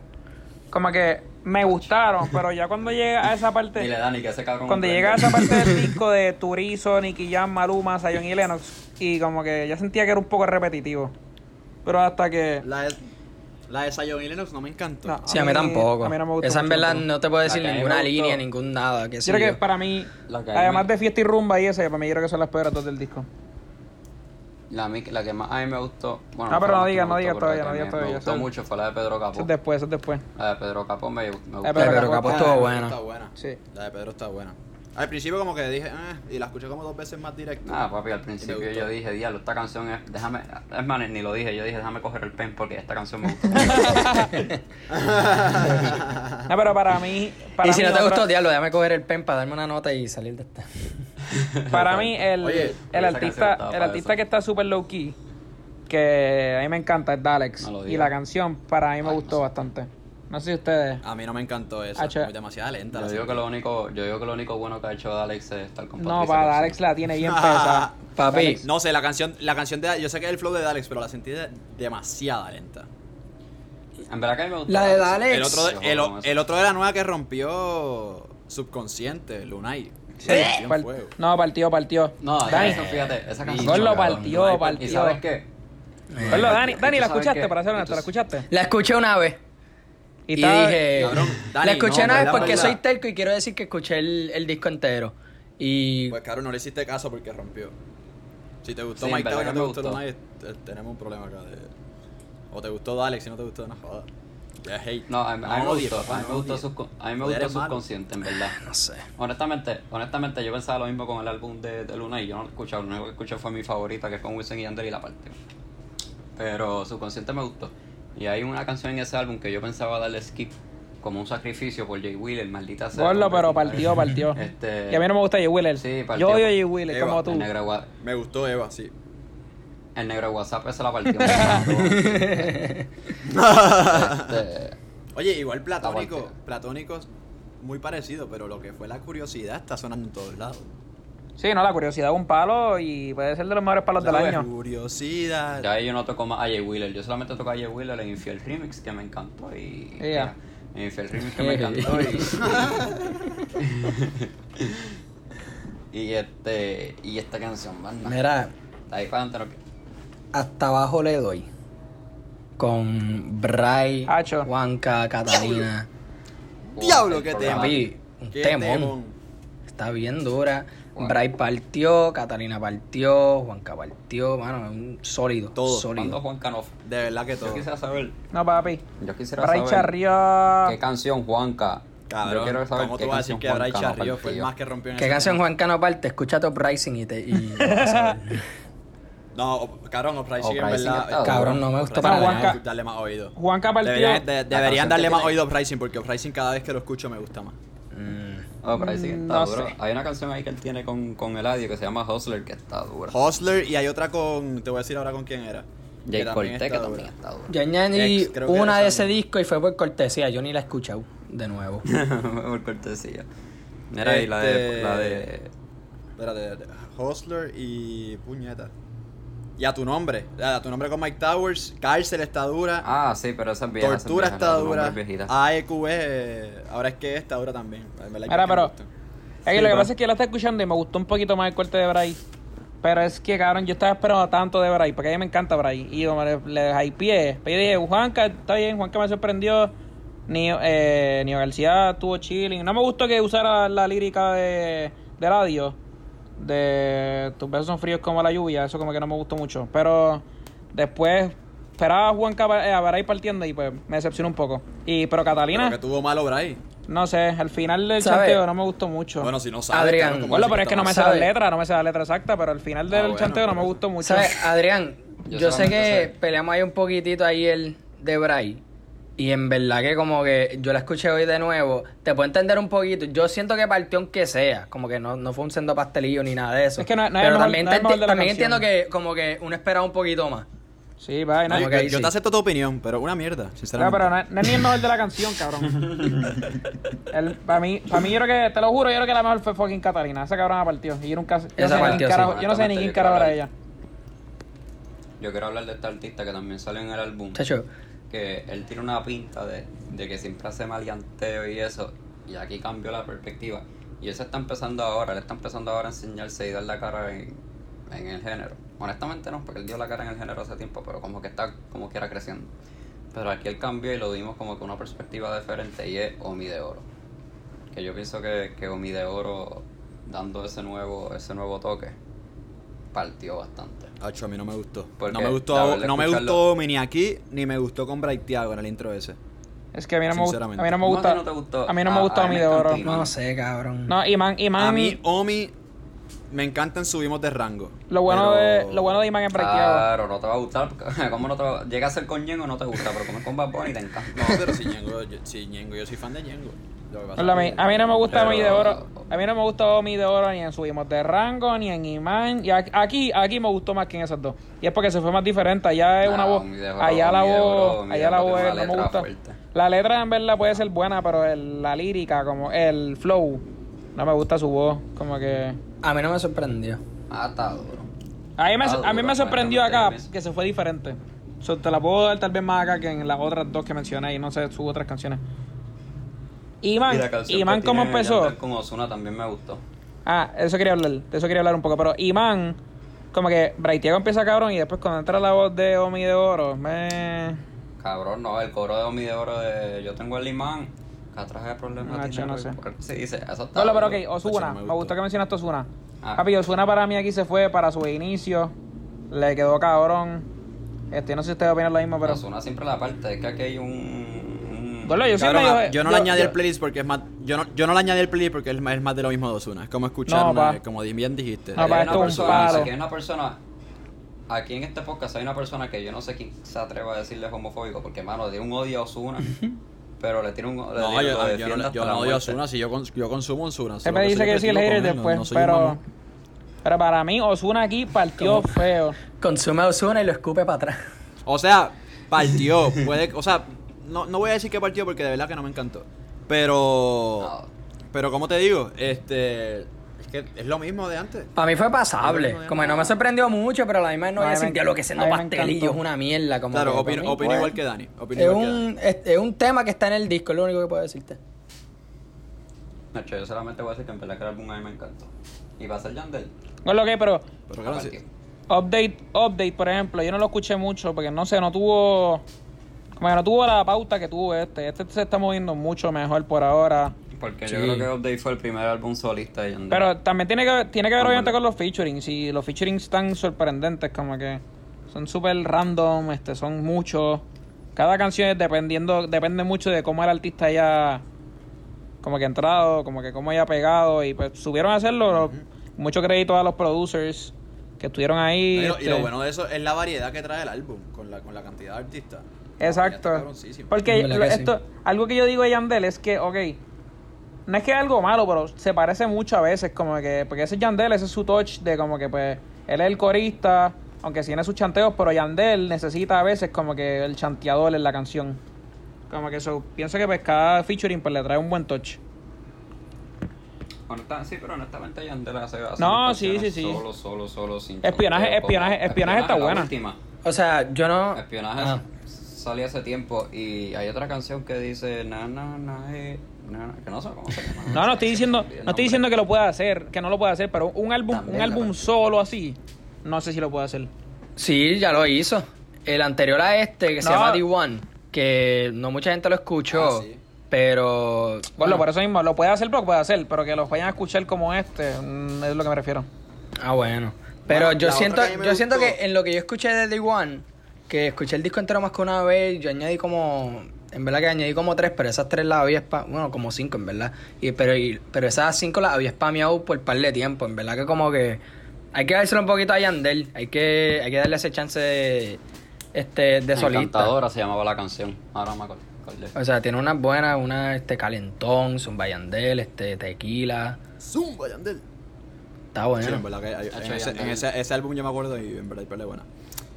como que me gustaron, pero ya cuando llega a esa parte...
Dile, Dani, que ese cabrón.
Cuando llega a
llegas
esa parte del disco de Turizo, Nicky Jam, Maluma, Zion y Lennox, y como que ya sentía que era un poco repetitivo. Pero hasta que.
La de, la de Zion y Lennox no me encantó.
no,
Sí, a mí tampoco.
a mí no me gustó
Esa en
mucho,
verdad
mucho.
no te puedo
La
decir
que a mí me
ninguna
gustó-
línea, ningún nada. Que
Yo creo que para mí,
La que a mí
además
me-
de Fiesta y Rumba y ese, para mí yo creo que son las peores dos del disco.
La, mi- la que más a mí me gustó. Bueno,
Ah, pero no
fue la
digas,
que
no
me
digas
gustó,
todavía,
pero
no digas
también
todavía,
Me gustó
eso-
mucho fue la de Pedro
Eso es
Capó.
después, eso es después.
La de Pedro Capó me, me gustó.
Pedro
Pero,
La
Capó
Capo
de
estuvo
Pedro
buena.
Está buena.
Sí.
La de Pedro está buena. Al principio, como que dije, eh, y la escuché como dos veces más directo.
Nada, papi, al
Y
principio
me gustó.
yo dije, diablo, esta canción es. Déjame. Es más, ni lo dije, yo dije, déjame coger el pen porque esta canción me gusta.
No, pero para mí. Para
y si
mí
no te
otra-
gustó, diablo, déjame coger el pen para darme una nota y salir de este. esta.
Para mí, el,
Oye,
el
esa canción
artista,
estaba
el
para
artista
eso.
que está súper low key, que a mí me encanta, es Dalex.
No lo
y
digas.
la canción, para mí me
Ay, no
gustó
sé.
bastante. No sé si ustedes.
A mí no me encantó eso.
Ah, che.
Muy demasiado lenta.
yo,
la
digo que
sentí.
lo único, yo digo que lo único bueno que ha hecho Alex es estar con
No,
Patricia
para
Lucy.
Alex la tiene bien pesada.
Papi,
No sé, la canción, la canción de. Yo sé que es el flow de Dalex, pero la sentí de- demasiada lenta.
En verdad que a mí me gustó.
La de
Alex.
Dale.
El otro, de,
Yo
el,
jodo con eso.
el otro de la nueva que rompió subconsciente, Lunay.
Sí.
Rompió en
Part-
fuego.
No, partió, partió.
No,
Dani.
eso, fíjate, esa canción.
Gordo,
cabrón,
partió,
no hay-
partió.
¿Y sabes qué?
Hola, Dani,
¿Y eh, tú
Dani, la
sabes
escuchaste
qué?
para ser
¿Y
honesto,
tú-
la escuchaste.
la escuché una vez. Y,
estaba-
dije,
Cabrón, Dani,
la escuché
no,
una vez
verdad,
porque
verdad.
soy terco y quiero decir que escuché el, el disco entero. Y
Pues claro, no le hiciste caso porque rompió. Si te gustó
Sí, en
Mike Tower y
verdad
no
que
te
me
gustó
gustó.
Lunay, te- tenemos un problema acá. De... O te gustó Dalex y no te gustó, no jodas. Ya es hate.
No, a mí, a mí me
odies,
gustó,
papá,
a mí me
no
gustó,
odies.
subcon- a mí me
Odiar
gustó
es malo.
subconsciente, en verdad.
no sé.
Honestamente, honestamente, yo pensaba lo mismo con el álbum de, de Luna y yo no lo he escuchado. Lo único que escuché fue mi favorita, que es con Wilson y Yandel y la parte. Pero subconsciente me gustó. Y hay una canción en ese álbum que yo pensaba darle skip como un sacrificio por Jay Wheeler, maldita sea.
Gordo, pero
Hombre,
partió, partió.
Este,
Y a mí no me gusta J. Wheeler.
Sí,
Yo
partió.
odio a J. Wheeler,
Eva,
como tú.
El negro, gua-
Me gustó Eva, sí.
el negro WhatsApp esa la partió. Este,
Oye, igual Platónico.
Aguante.
Platónico es muy parecido, pero lo que fue la curiosidad está sonando en todos lados.
Sí, no, la curiosidad es un palo y puede ser de los mejores palos
La
del
ves.
año.
Curiosidad.
Ya ahí yo no toco más a Jay Wheeler, yo solamente toco a Jay Wheeler en Infiel Remix, que me encantó y...
Ea.
En Infiel Remix que me encantó y... y este... Y esta canción, banda.
Mira,
De ahí para adelante no...
hasta abajo le doy. Con Bray,
Hacho.
Juanca, Catalina.
Diablo,
el
qué
programa.
Papi, un
Qué
temón.
temón.
Está bien dura.
Wow.
Bray partió, Catalina partió, Juanca partió, mano, un sólido,
Todo.
¿Cuándo
sólido.
Juan Canoff?
De verdad que todo.
Yo quisiera saber...
No, papi.
Yo quisiera
Bray
saber...
Charrió.
¿Qué canción Juanca?
Cabrón,
yo quiero saber
¿cómo
qué
tú vas a decir
canción
que Bray
Juanca no
Charrio fue el
partió.
más que rompió en
¿Qué
ese
canción
tema?
Juanca no parte? Escucha Top Rising y te... y-
No, o- cabrón, Uprising en
Uprising
verdad.
está
Cabrón, no me gustó
Uprising
para
deberían
nada.
Darle más oído.
Juanca partió.
Deberían, de- deberían
canción
darle
que
más
tiene-
oído a Uprising porque Uprising cada vez que lo escucho me gusta más. Mm.
Ah, pero ahí sí que está
Mm, No
duro.
sé.
Hay una canción ahí que él tiene con, con Eladio que se llama Hustler que está dura.
Hustler y hay otra con. Te voy a decir ahora con quién era.
Jay Cortez que
está
también
dura.
está dura.
Yo añadí
Ex, creo que
una
era
de
esa.
ese disco y fue por cortesía, yo ni la he escuchado de nuevo.
Por cortesía. Mira, y la de,
Este-
la de.
Espérate, espérate. Hustler y. Puñeta. Y a tu nombre. A tu nombre con Mike Towers. Cárcel está dura.
Ah, sí, pero esa es vieja. esa es
Tortura
vieja,
está
la de un
dura. Ah.
hombre viejita.
AEQ eh, Ahora es que está dura también. En verdad que
Ahora,
me
pero.
gusta.
Aquí
Sí,
lo que
pa.
pasa es que yo la estaba escuchando y me gustó un poquito más el corte de Bray. Pero es que, cabrón, yo estaba esperando tanto de Bray, porque a mí me encanta Bray. Y yo me le, le hypeé. Pero yo dije, Juanca, está bien, Juanca me sorprendió. Ni, eh, Nio García estuvo chilling. No me gustó que usara la, lírica de, de radio. De tus besos son fríos como la lluvia. Eso como que no me gustó mucho. Pero después esperaba a Juan Caba- eh, a Baray partiendo y pues me decepcionó un poco. Y pero Catalina,
Pero que tuvo malo Bray.
no sé, al final del
¿Sabe?
chanteo no me gustó mucho.
Bueno, si no sabes,
Adrián.
cabrón, ¿cómo
Bueno,
decir
pero es que no me sé
está
la
¿Sabe?
letra, no me sé la letra exacta, pero al final del
Ah, bueno,
chanteo no me
por
gustó mucho.
¿Sabes, Adrián?
Yo
Yo, sé
solamente
que
sé.
peleamos ahí un poquitito ahí el de Bray. Y en verdad que como que yo la escuché hoy de nuevo, te puedo entender un poquito. Yo siento que partió aunque sea, como que no, no fue un sendo pastelillo ni nada de eso.
Es que no- no es
Pero
el mejor-
también,
no es el
te-
mejor de la
también
canción.
entiendo que como que uno esperaba un poquito más.
Sí, vaina.
Ah,
mal.
Ok,
Yo- yo,
sí.
te acepto tu opinión, pero una mierda,
No,
sinceramente.
pero no, no es ni el mejor de la canción, cabrón. para, mí, para mí, yo creo que, te lo juro, yo creo que la mejor fue fucking Catalina. Esa cabrona partió. Y yo nunca. Yo, no
Esa
sé, ni
partió,
quién carajo-
sí.
yo no sé ni quién
Honestamente, yo
carajo era
creo
ella.
Yo quiero hablar de este artista que también sale en el álbum.
Chacho,
que él tiene una pinta de, de que siempre hace maleanteo y eso, y aquí cambió la perspectiva. Y él se está empezando ahora, él está empezando ahora a enseñarse y dar la cara en, en el género. Honestamente no, porque él dio la cara en el género hace tiempo, pero como que está como quiera creciendo. Pero aquí él cambió y lo dimos como que una perspectiva diferente y es Omi de Oro. Que yo pienso que, que Omi de Oro, dando ese nuevo, ese nuevo toque, partió bastante.
Acho, a mí no me gustó.
¿Por
No
qué?
me
La
gustó,
verdad,
no me
escucharlo-
gustó ni aquí, ni me gustó con Bray Thiago en el intro ese.
Es que a mí no me gusta. A mí no me
Sinceramente.
gusta.
¿Cómo que no te gustó?
A mí no me
A-
gustó
a
a
mí
mí
me
de oro.
encantó.
no sé, cabrón.
No, Iman, Iman.
A mí, Omi, me encantan subimos de rango.
Lo bueno,
pero-
de, lo bueno de Iman es
Ah,
breakeado.
Claro, no te va a gustar. porque- ¿Cómo no te va a... Llega a ser con Ñengo no te gusta, pero como es con Bad Bunny te encanta.
No, pero si Ñengo, yo, si Ñengo, yo soy fan de Ñengo. Lo que pasa
Hola, a, mí,
es que-
a mí no me gusta
Pero-
mi ah, de oro. A mí no me gustó mi de oro ni en Subimos de Rango, ni en Imán. Y a- aquí, aquí me gustó más que en esas dos. Y es porque se fue más diferente. Allá es
No,
una voz.
mi de oro,
Allá la
mi de oro,
voz.
mi de
Allá la
oro
voz
tiene
es-
una
no me
letra
gusta.
fuerte.
La letra en verdad puede ser buena, pero el- la lírica, como el flow, no me gusta su voz. Como que.
A mí no me sorprendió.
Ah, está duro.
A mí me,
Ah,
a mí
duro,
me sorprendió
honestamente,
acá
a mí-
que se fue diferente. O sea, te la puedo dar tal vez más acá que en las otras dos que mencioné y no sé sus otras canciones. Iman,
Y la canción
Iman,
que
¿cómo
tiene
empezó?
Yandel Con Ozuna también me gustó.
Ah, eso quería hablar, de eso quería hablar un poco, pero Iman, como que Braithiago empieza cabrón y después cuando entra la voz de Omi de Oro, me...
Cabrón, no, el coro de Omi de Oro de Yo tengo el imán, que atrás hay problemas.
Ah,
tiene
yo no
que-
sé.
Sí, dice, eso está
Hola, pero
duro.
ok, Osuna,
Hacho, no
me,
me
gustó
gustó.
que mencionaste Osuna.
Ah.
Papi, Osuna para mí aquí se fue para su inicio, le quedó cabrón. Este, no sé si ustedes opinan lo mismo, pero...
Ozuna siempre la parte, es que aquí hay un... un-
Gordo, yo
Cabrón,
siempre...
a- yo no le añadí el playlist porque es más. Yo no, yo no le añadí el playlist porque es más, es más de lo mismo de Osuna. Es como escuchar,
No,
una-
pa.
como bien dijiste.
No,
Hay
pa,
una
Ah, esto es un
persona,
palo.
Aquí hay una persona... Aquí en este podcast hay una persona que yo no sé quién se atreva a decirle homofóbico, porque, mano, tiene un odio a Osuna, pero le tiene un... le
No,
tiene-
yo,
lo
yo
defiende
no,
hasta
yo
la
no odio a
muerte.
Osuna, si yo, cons- yo consumo Osuna.
Él me dice que yo soy el hater después, pero... Pero para mí, Osuna aquí partió feo.
Consume Ozuna y lo escupe para atrás.
O sea, partió. puede, o sea, no, no voy a decir que partió porque de verdad que no me encantó. Pero.
No.
Pero como te digo, este. Es que es lo mismo de antes.
Para mí fue pasable. Como que no me sorprendió mucho, pero a la misma no
A mí
voy a
me
decir,
encantó.
"Diablo, que siendo
A mí me
pastelillo es
encantó.
una mierda. Como
Claro,
que para
opino,
mí,
opino
pues,
igual que Dani. opino
Es
igual que Dani.
un, es, es un tema que está en el disco, es lo único que puedo decirte.
Nacho, yo solamente voy a decir que en verdad que el álbum a mí me encantó. Y va a ser Yandel.
Con lo que, pero...
Ah,
Pero claro, sí.
Aparte,
Update, update, por ejemplo, yo no lo escuché mucho porque no sé, no tuvo. Como que no tuvo la pauta que tuvo este. Este se está moviendo mucho mejor por ahora.
Porque
Sí.
yo creo que Update fue el primer álbum solista de Yandel.
Pero también tiene que, ver- tiene que ver obviamente con los featurings. Y los featurings están sorprendentes, como que son súper random, este, son muchos. Cada canción es dependiendo, depende mucho de cómo el artista haya como que entrado, como que cómo haya pegado. Y pues subieron a hacerlo. Mucho crédito a los producers que estuvieron ahí.
Pero- y lo
este.
bueno de eso es la variedad que trae el álbum con la, con la cantidad de artistas.
Exacto.
La variedad está cabroncísima.
Porque
En verdad
lo-
que sí.
esto, algo que yo digo de Yandel es que, ok, no es que es algo malo, pero se parece mucho a veces, como que, porque ese es Yandel, ese es su touch de como que, pues, él es el corista, aunque sí tiene sus chanteos, pero Yandel necesita a veces como que el chanteador en la canción. Como que eso, pienso que pues cada featuring pues le trae un buen touch.
Honesta- sí, pero honestamente Yandel hace, hace
No,
unas
sí,
canciones
sí, sí.
Solo, solo, solo, sin
Espionaje,
chanteo,
espionaje, espionaje está
la
buena.
última.
O sea, yo no.
Espionaje
Ah.
salió hace tiempo y hay otra canción que dice na na na eh, na, na", que no sé cómo se llama.
No, no estoy diciendo,
El
no
nombre.
estoy diciendo que lo pueda hacer, que no lo pueda hacer, pero un álbum, un
También,
álbum
¿verdad?
solo así, no sé si lo puede hacer.
Sí, ya lo hizo. El anterior a este, que se
No.
llama D1, que no mucha gente lo escuchó,
Ah, sí.
pero.
Bueno, por eso mismo, lo puede hacer, pero lo puede hacer, pero que los vayan a escuchar como este, mm, es lo que me refiero.
Ah, bueno. Pero
Bueno,
yo
la otra
siento
que a mí me
yo siento
gustó.
que en lo que yo escuché de D1, que escuché el disco entero más que una vez, yo añadí como, en verdad que añadí como tres, pero esas tres las había spam, bueno, como cinco en verdad, y, pero, y, pero esas cinco las había spameado por par de tiempo, en verdad que como que hay que dárselo un poquito a Yandel, hay que, hay que darle ese chance de, este, de solista.
Encantadora se llamaba la canción. Ahora me acordé.
O sea, tiene unas buenas, una este calentón, Zumba Yandel, este tequila,
Zumba, Yandel.
está
Sí,
bueno.
en verdad que hay- hay- en,
Hacho,
ese,
Yandel.
en ese- ese álbum yo me acuerdo y en verdad hay pelea buena.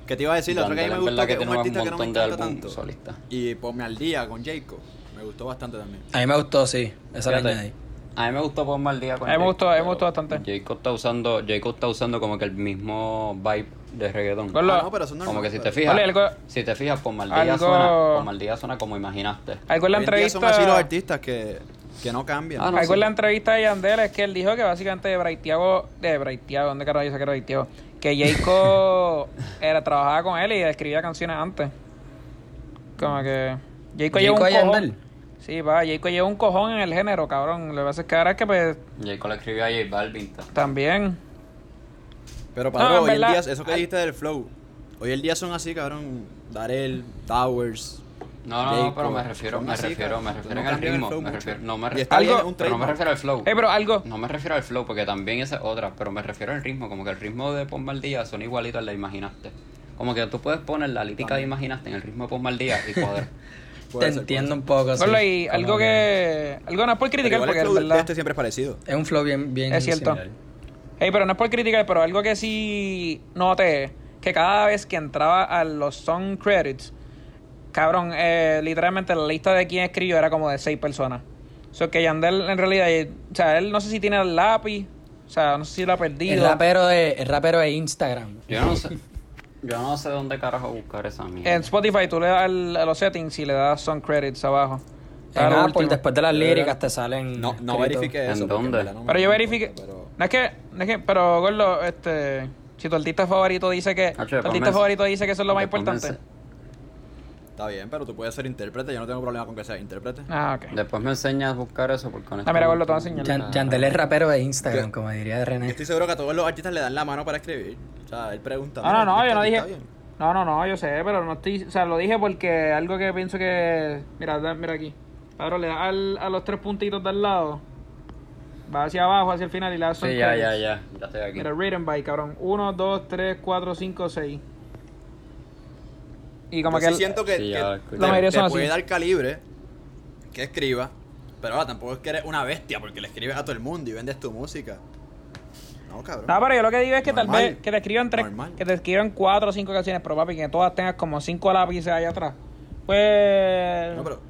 ¿Qué te iba a decir? La otra que a mí me
Yandel, en
gustó
verdad
que es
que
un
tiene un
artista que no me
montón de
encanta
álbum
tanto.
solista.
Y Ponme al día con Jacob. Me gustó bastante también.
A mí me gustó, sí, esa la
Fíjate,
añadí.
A mí me gustó poner mal día con
A mí me
Jacob,
gustó- a mí me
pero
gustó bastante.
Jacob está usando, Jacob está usando como que el mismo vibe de reggaetón.
Con lo-
Ah, no, pero son
Como que si te
normales.
fijas,
Ole, algo-
si te fijas, por mal
algo-
día suena, por mal día suena como imaginaste.
Algo en la
Hoy en día
entrevista.
son así los artistas que, que no cambian.
Ah, no.
Algo
sí.
en la entrevista de Yandel es que él dijo que básicamente Braithiago, de Braithiago, ¿dónde carajo yo sé que era Braithiago? Que Jayco era, trabajaba con él y escribía canciones antes. Como que. Jayco lleva un
¿Jayco
cojón.
Yandel?
Sí, va, Jayco lleva un cojón en el género, cabrón. Lo que pasa es que ahora es que pues
Jacob le escribió a J Balvin. ta.
también.
Pero
No,
para
en
hoy en
verdad,
día, eso que
hay-
dijiste del flow, hoy en día son así, cabrón. Darel, Towers.
No, no, no,
Jacob,
pero me refiero,
son
me
así,
refiero,
cabrón.
me
No
refiero al
cambian el
ritmo,
flow
me
mucho.
refiero, no me
Y está
Algo-
bien, es un
pero no me
trademark.
refiero al flow.
Eh, pero algo.
No me refiero al flow, porque también esa es otra, pero me refiero al ritmo, como que el ritmo de Pon Mal Día son igualitos al de Imaginaste. Como que tú puedes poner la lírica de Imaginaste en el ritmo de Pon Mal Día y cuadra.
Puede
Te
ser,
entiendo un poco, sí.
Gordo, y
Como
algo que. Algo no es
puede ser. Pero
por criticar,
igual
porque
el
es
flow de
verdad.
este siempre es parecido.
Es un flow bien, bien
Es cierto.
similar.
Ey, pero no es por criticar, pero algo que sí noté, que cada vez que entraba a los song credits, cabrón, eh, literalmente la lista de quién escribió era como de seis personas. O sea, que Yandel en realidad, eh, o sea, él no sé si tiene el lápiz, o sea, no sé si lo ha
El
perdido.
rapero de, el rapero de Instagram.
Yo no sé, yo no sé dónde carajo buscar esa mierda.
En Spotify tú le das al- a los settings y le das song credits abajo.
En
Está lo
Apple,
último.
después de las
Pero-
líricas te salen.
No, no
escritos.
verifique
¿En
eso. porque
dónde?
verdad no me
Mm, Pero yo
importa,
verifique.
pero-
No es que, no es que, pero Gordo, este, si tu artista favorito dice que, tu
Hacho,
artista
ponme-
favorito dice que eso es lo más
Después me
importante.
ense-
Está bien, pero tú puedes ser intérprete. Yo no tengo problema con que seas intérprete.
Ah, ok.
Después me enseñas a buscar eso porque
Ah, mira, gordo, te voy a enseñar.
Yan- Yandel es rapero de Instagram, como diría René.
Estoy seguro que a todos los artistas le dan la mano para escribir. O sea, él pregunta.
Ah, no,
"Mira,
no,
¿está-
yo no
está
dije.
bien?".
No, no, no, yo sé, pero no estoy. O sea, lo dije porque algo que pienso que. Mira, da- mira aquí. Ahora le das al- a los tres puntitos del lado. Va hacia abajo, hacia el final y le das. son
Sí, ya,
credits.
ya, ya. Ya estoy aquí.
Mira, written by, cabrón. Uno, dos, tres, cuatro, cinco, seis. Y como
Yo
que.
sí
el-
siento que,
Sí,
que
ya,
te,
La
mayoría
te
son así.
puede dar calibre que escriba, pero ahora tampoco es que eres una bestia porque le escribes a todo el mundo y vendes tu música. No, cabrón.
No, pero yo lo que digo es que tal
Normal.
vez que te escriban tres,
Normal.
que te escriban cuatro o cinco canciones, pero papi, que todas tengas como cinco lápices allá atrás. Pues.
No, pero,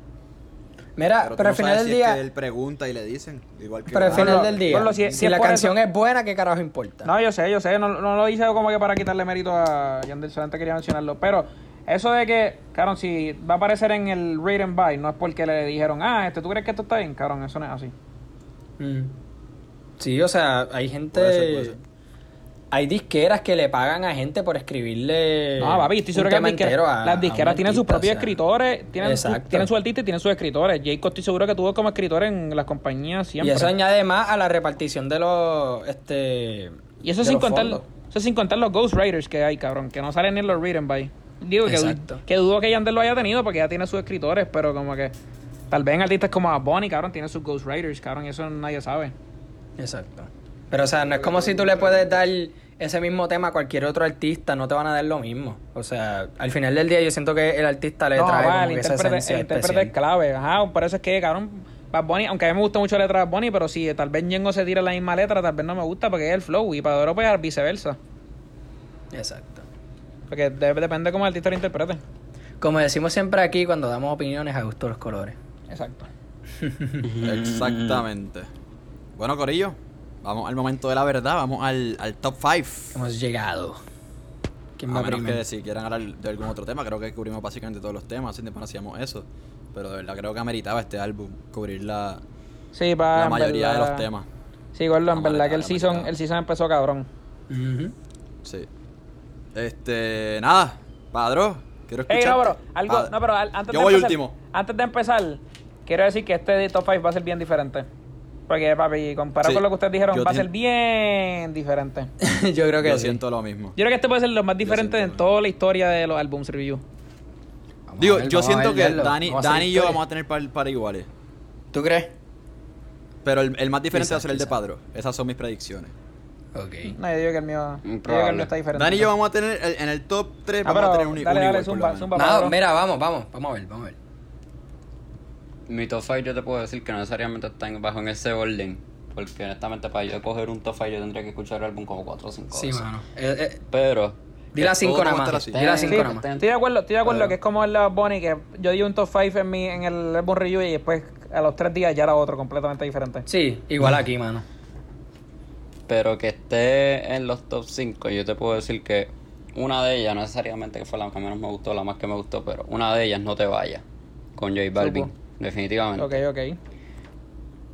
Mira,
pero
pero,
tú no
al final
sabes
del
si es
día.
que él pregunta y le dicen. Igual que
Pero al
Ah,
final
Gordo,
del día.
gordo, si
si
es- si es
la
por
canción es buena, ¿qué carajo importa?
No, yo sé, yo sé, no, no lo hice como que para quitarle mérito a Yandel, solamente quería mencionarlo, pero eso de que, cabrón, si va a aparecer en el Rate and Buy, no es porque le dijeron, ah, este, ¿tú crees que esto está bien? Cabrón, eso no es así.
Mm. Sí, o sea, hay gente.
Puede ser, puede ser.
Hay disqueras que le pagan a gente por escribirle.
no, papi, estoy
Eh, un
seguro que las
tema
disqueras,
entero a- a
las
un
disqueras tienen sus
artista,
propios
o sea.
escritores, tienen, su-
Exacto.
tienen sus artistas y tienen sus escritores. Jacob estoy seguro que tuvo como escritor en las compañías siempre.
Y eso añade más a la repartición de los. Este,
Y eso
de
sin
los
contar,
fondos.
eso sin contar los ghostwriters que hay, cabrón, que no salen ni en los read and buy. Digo que,
Exacto.
que dudo que Yandel lo haya tenido porque ya tiene sus escritores, pero como que tal vez en artistas como a Bonnie, cabrón, tiene sus ghostwriters, cabrón, y eso nadie sabe.
Exacto. Pero, o sea, no es como si tú le puedes dar ese mismo tema a cualquier otro artista, no te van a dar lo mismo. O sea, al final del día yo siento que el artista le
no,
trae
va,
como
el
que esa
intérprete,
esencia
el intérprete
especial.
es clave. Ajá, por eso es que, cabrón, Bad Bunny, aunque a mí me gusta mucho la letra de Bad Bunny, pero si tal vez Ñengo se tira la misma letra, tal vez no me gusta porque es el flow, y para Europa es viceversa.
Exacto.
Porque de- depende cómo el artista lo interprete.
Como decimos siempre aquí, cuando damos opiniones, a gusto los colores.
Exacto.
Exactamente. Bueno, Corillo, vamos al momento de la verdad. Vamos al, al top 5.
Hemos llegado. ¿Quién
A
va
menos
primero?
que si quieren hablar de algún otro tema, creo que cubrimos básicamente todos los temas, así que no hacíamos eso. Pero de verdad creo que ameritaba este álbum cubrir la,
Sí, para
la mayoría de los temas.
Sí, Gordo, en
Vamos a
verdad
darle,
que el
vamos a
season,
darle.
el season empezó cabrón.
Ujú.
Sí. Este, nada, Padro, quiero escuchar.
Ey, no, pero, algo, no, pero al- antes
Ah, Yo
de
voy
empezar,
último.
Antes de empezar, quiero decir que este top 5 va a ser bien diferente. Porque, papi, comparado
Sí,
con lo que ustedes dijeron,
yo
va a
te-
ser bien diferente. Yo
Yo creo que
Yo
sí.
siento lo mismo.
creo que este puede ser lo más diferente
siento
en
lo
toda la historia de los álbums review.
Vamos
Digo,
a ver,
yo
vamos a
siento
ver,
que
verlo.
Dani,
Vamos a hacer
Dani y yo
historia.
vamos a tener par, par iguales.
¿Tú crees?
Pero el, el más diferente
Quizá,
va a ser el de
quizá.
Padro. Esas son mis predicciones.
Ok.
No, yo digo que el mío, yo digo que el
Probable.
mío está diferente.
Dani y yo vamos a tener, el- en el top 3
Ah,
vamos a
pero
tener un, un
dale, dale,
igual. por lo
zumba,
menos.
zumba.
No, mira, vamos, vamos, vamos a ver, vamos a ver.
Mi top 5 yo te puedo decir que no necesariamente están bajo en ese orden. Porque honestamente para yo coger un top 5 yo tendría que escuchar el álbum como 4 o 5
Sí, mano. Eh, eh,
Pero...
di las
Todo
5 nada
va a estar
más.
así.
Di las
Sí,
5 nada más.
ten-
Estoy de acuerdo, estoy de acuerdo
Pero-
que es como el Bad Bunny, que yo di un top 5 en, mi, en el álbum review y después a los tres días ya era otro completamente diferente.
Sí, igual aquí, mano.
Pero que esté en los top 5, yo te puedo decir que una de ellas, no necesariamente que fue la que menos me gustó, la más que me gustó, pero una de ellas no te vaya con J Balvin,
Supo.
definitivamente.
Ok, ok.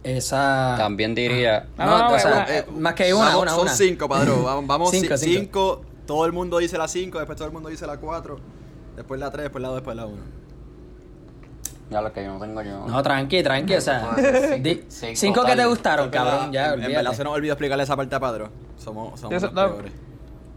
Esa.
También diría,
Ah, no,
No,
no,
o sea,
una-
eh, más que una,
Vamos-
una,
son
una.
5, Padro. Vamos, vamos cinco,
Cinco, cinco.
Todo el mundo dice la 5, después todo el mundo dice la 4, después la 3, después la 2, después la 1.
ya lo que yo no tengo yo.
No, tranqui, tranqui, o sea.
Cinco,
di-
cinco,
Cinco que te
tal.
gustaron, cabrón. Ya,
en, en verdad se
olvídate.
nos olvidó explicarle esa parte a Padro. Somos, somos
Eso-
los
no.
peores.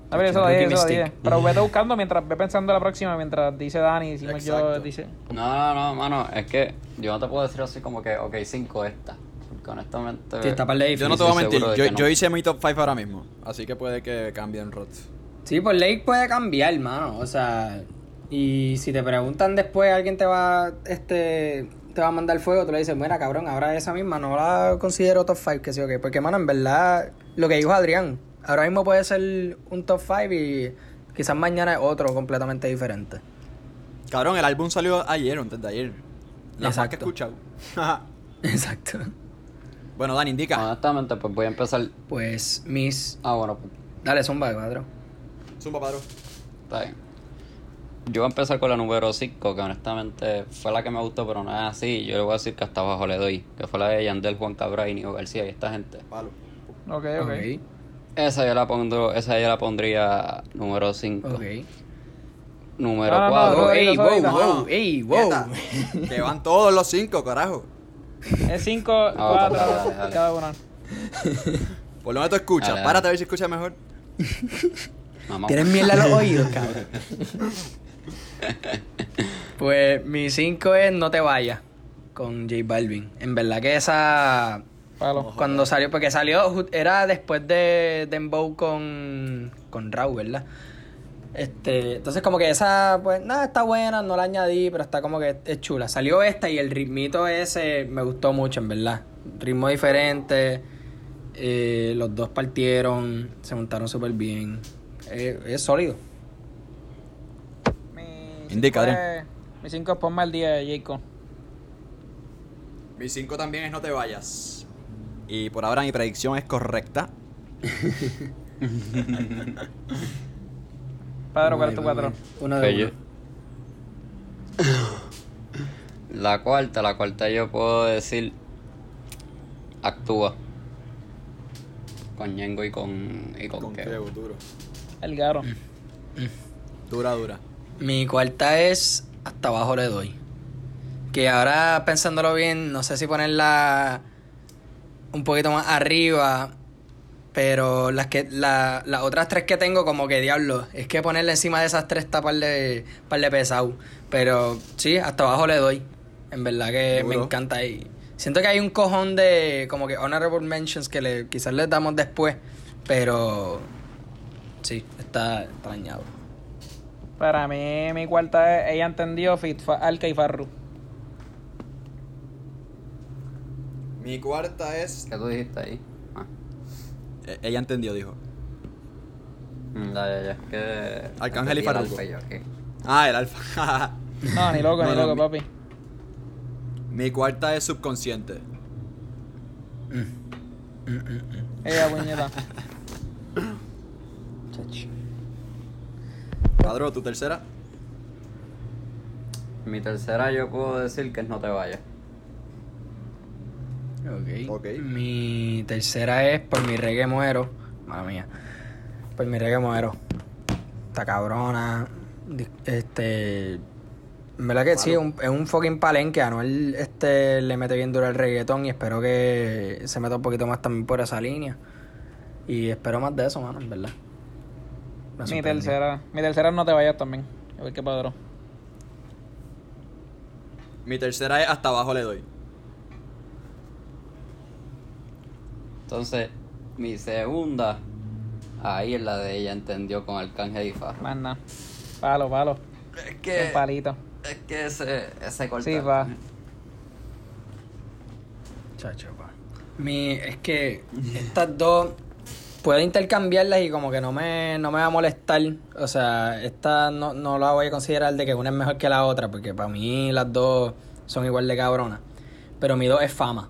A ver, eso lo
Rookie
dije, eso lo dije.
mistake.
Pero vete buscando mientras ve pensando la próxima, mientras dice Dani, si no yo
Exacto.
dice.
No, no, no, mano, es que yo no te puedo decir así como que, ok, 5 esta. Porque honestamente.
Sí, está par de difícil.
Yo no te voy a
Estoy
mentir,
seguro de
yo,
que no.
yo hice mi top 5 ahora mismo, así que puede que cambien rots.
Sí, pues Lake puede cambiar, mano. O sea, y si te preguntan después, alguien te va, este, te va a mandar fuego, tú le dices, mira, cabrón, ahora esa misma no la considero top 5, que sí o qué. Porque, mano, en verdad, lo que dijo Adrián, ahora mismo puede ser un top 5 y quizás mañana es otro completamente diferente.
Cabrón, el álbum salió ayer, o antes de ayer. La más que he
Exacto.
escuchado.
Exacto.
bueno, Dani, indica.
Ah.
Honestamente, pues voy a empezar.
Pues, mis.
Ah, bueno, pues,
Dale, zumba, cuadro.
Zumba, Padro.
Está bien. Yo voy a empezar con la número 5, que honestamente fue la que me gustó, pero no es así. Yo le voy a decir que hasta abajo le doy, que fue la de Yandel, Juan Cabra y Nio García y esta gente.
Palo.
Ok, ok.
Ok.
Esa yo la pondro, esa yo la pondría número 5.
Ok.
Número
Ah, No, no, no,
4.
no, Ah,
Oh, ey,
Eso
wow,
ahorita.
wow, ey, wow.
Quieta, que van todos los 5, carajo.
Es 5,
Ah, otra,
4,
dale, dale, dale.
cada uno.
Por lo menos tú escuchas.
Dale, dale.
Párate a ver si escuchas mejor.
Mamá.
Tienes mierda en los oídos, cabrón. pues mi 5 es No te vayas con J Balvin. En verdad que esa.
Palo.
Cuando salió, porque salió, ju- era después de Dembow con, con Rau, ¿verdad? Este, entonces como que esa, pues, nada, está buena, no la añadí, pero está como que es chula. Salió esta y el ritmito ese me gustó mucho, en verdad. Ritmo diferente, eh, los dos partieron, se montaron súper bien. Eh, es sólido.
Mi
Indica,
cinco
Adrián.
es- Mi 5 es ponme al día de Jacob.
Mi 5 también es No te vayas. Y por ahora mi predicción es correcta.
Padre, ¿cuál es tu
Vamos a
4?
ver, vamos a ver. Uno de
Oye.
uno.
La cuarta, la cuarta yo puedo decir. Actúa. Con Ñengo y con. y con,
Con
Kevo.
Kevo, duro.
El Garo.
Dura, dura.
Mi cuarta es Hasta abajo le doy. Que ahora pensándolo bien, no sé si ponerla un poquito más arriba. Pero las que la- las otras tres que tengo, como que diablo, es que ponerla encima de esas tres está par de, par de pesado. Pero sí, hasta abajo le doy. En verdad que me
Duro.
encanta. Y siento que hay un cojón de como que honorable mentions que le, quizás les damos después. Pero sí, está extrañado.
Para mí, mi cuarta es ella entendió Fit, Fa- Alca y Farru.
Mi cuarta es.
¿Qué tú dijiste ahí? Ah.
Eh, ella entendió, dijo.
Mm, Ya, ya, ya. Es que.
Arcángel y
entendí el
Farruko.
alfa yo aquí.
Ah, el alfa.
No, ni loco,
No,
ni
no,
loco,
mi-
papi.
mi cuarta es subconsciente.
Ella, puñeta.
Padro, tu tercera.
Mi tercera yo puedo decir que es No te vayas.
Okay.
Ok.
Mi tercera es Por mi reggae muero. Mala mía. Por mi reggae muero. Está cabrona. Di- Este. En verdad que sí, un- es un fucking palenque. Anuel este, le mete bien duro el reggaetón y espero que se meta un poquito más también por esa línea. Y espero más de eso, mano, en verdad. Me
Mi
sorprendió.
tercera. Mi tercera no te vayas también. A ver qué padrón.
Mi tercera es hasta abajo le doy.
Entonces, mi segunda, ahí es la de ella entendió con Arcángel y Farro.
Más nada. Palo, palo.
Es
Un palito.
es que ese, ese corta-
Sí, va.
Chacho, pa. Mi, es que estas dos puedo intercambiarlas y como que no me, no me va a molestar. O sea, esta no, no la voy a considerar de que una es mejor que la otra, porque para mí las dos son igual de cabronas. Pero mi dos es fama.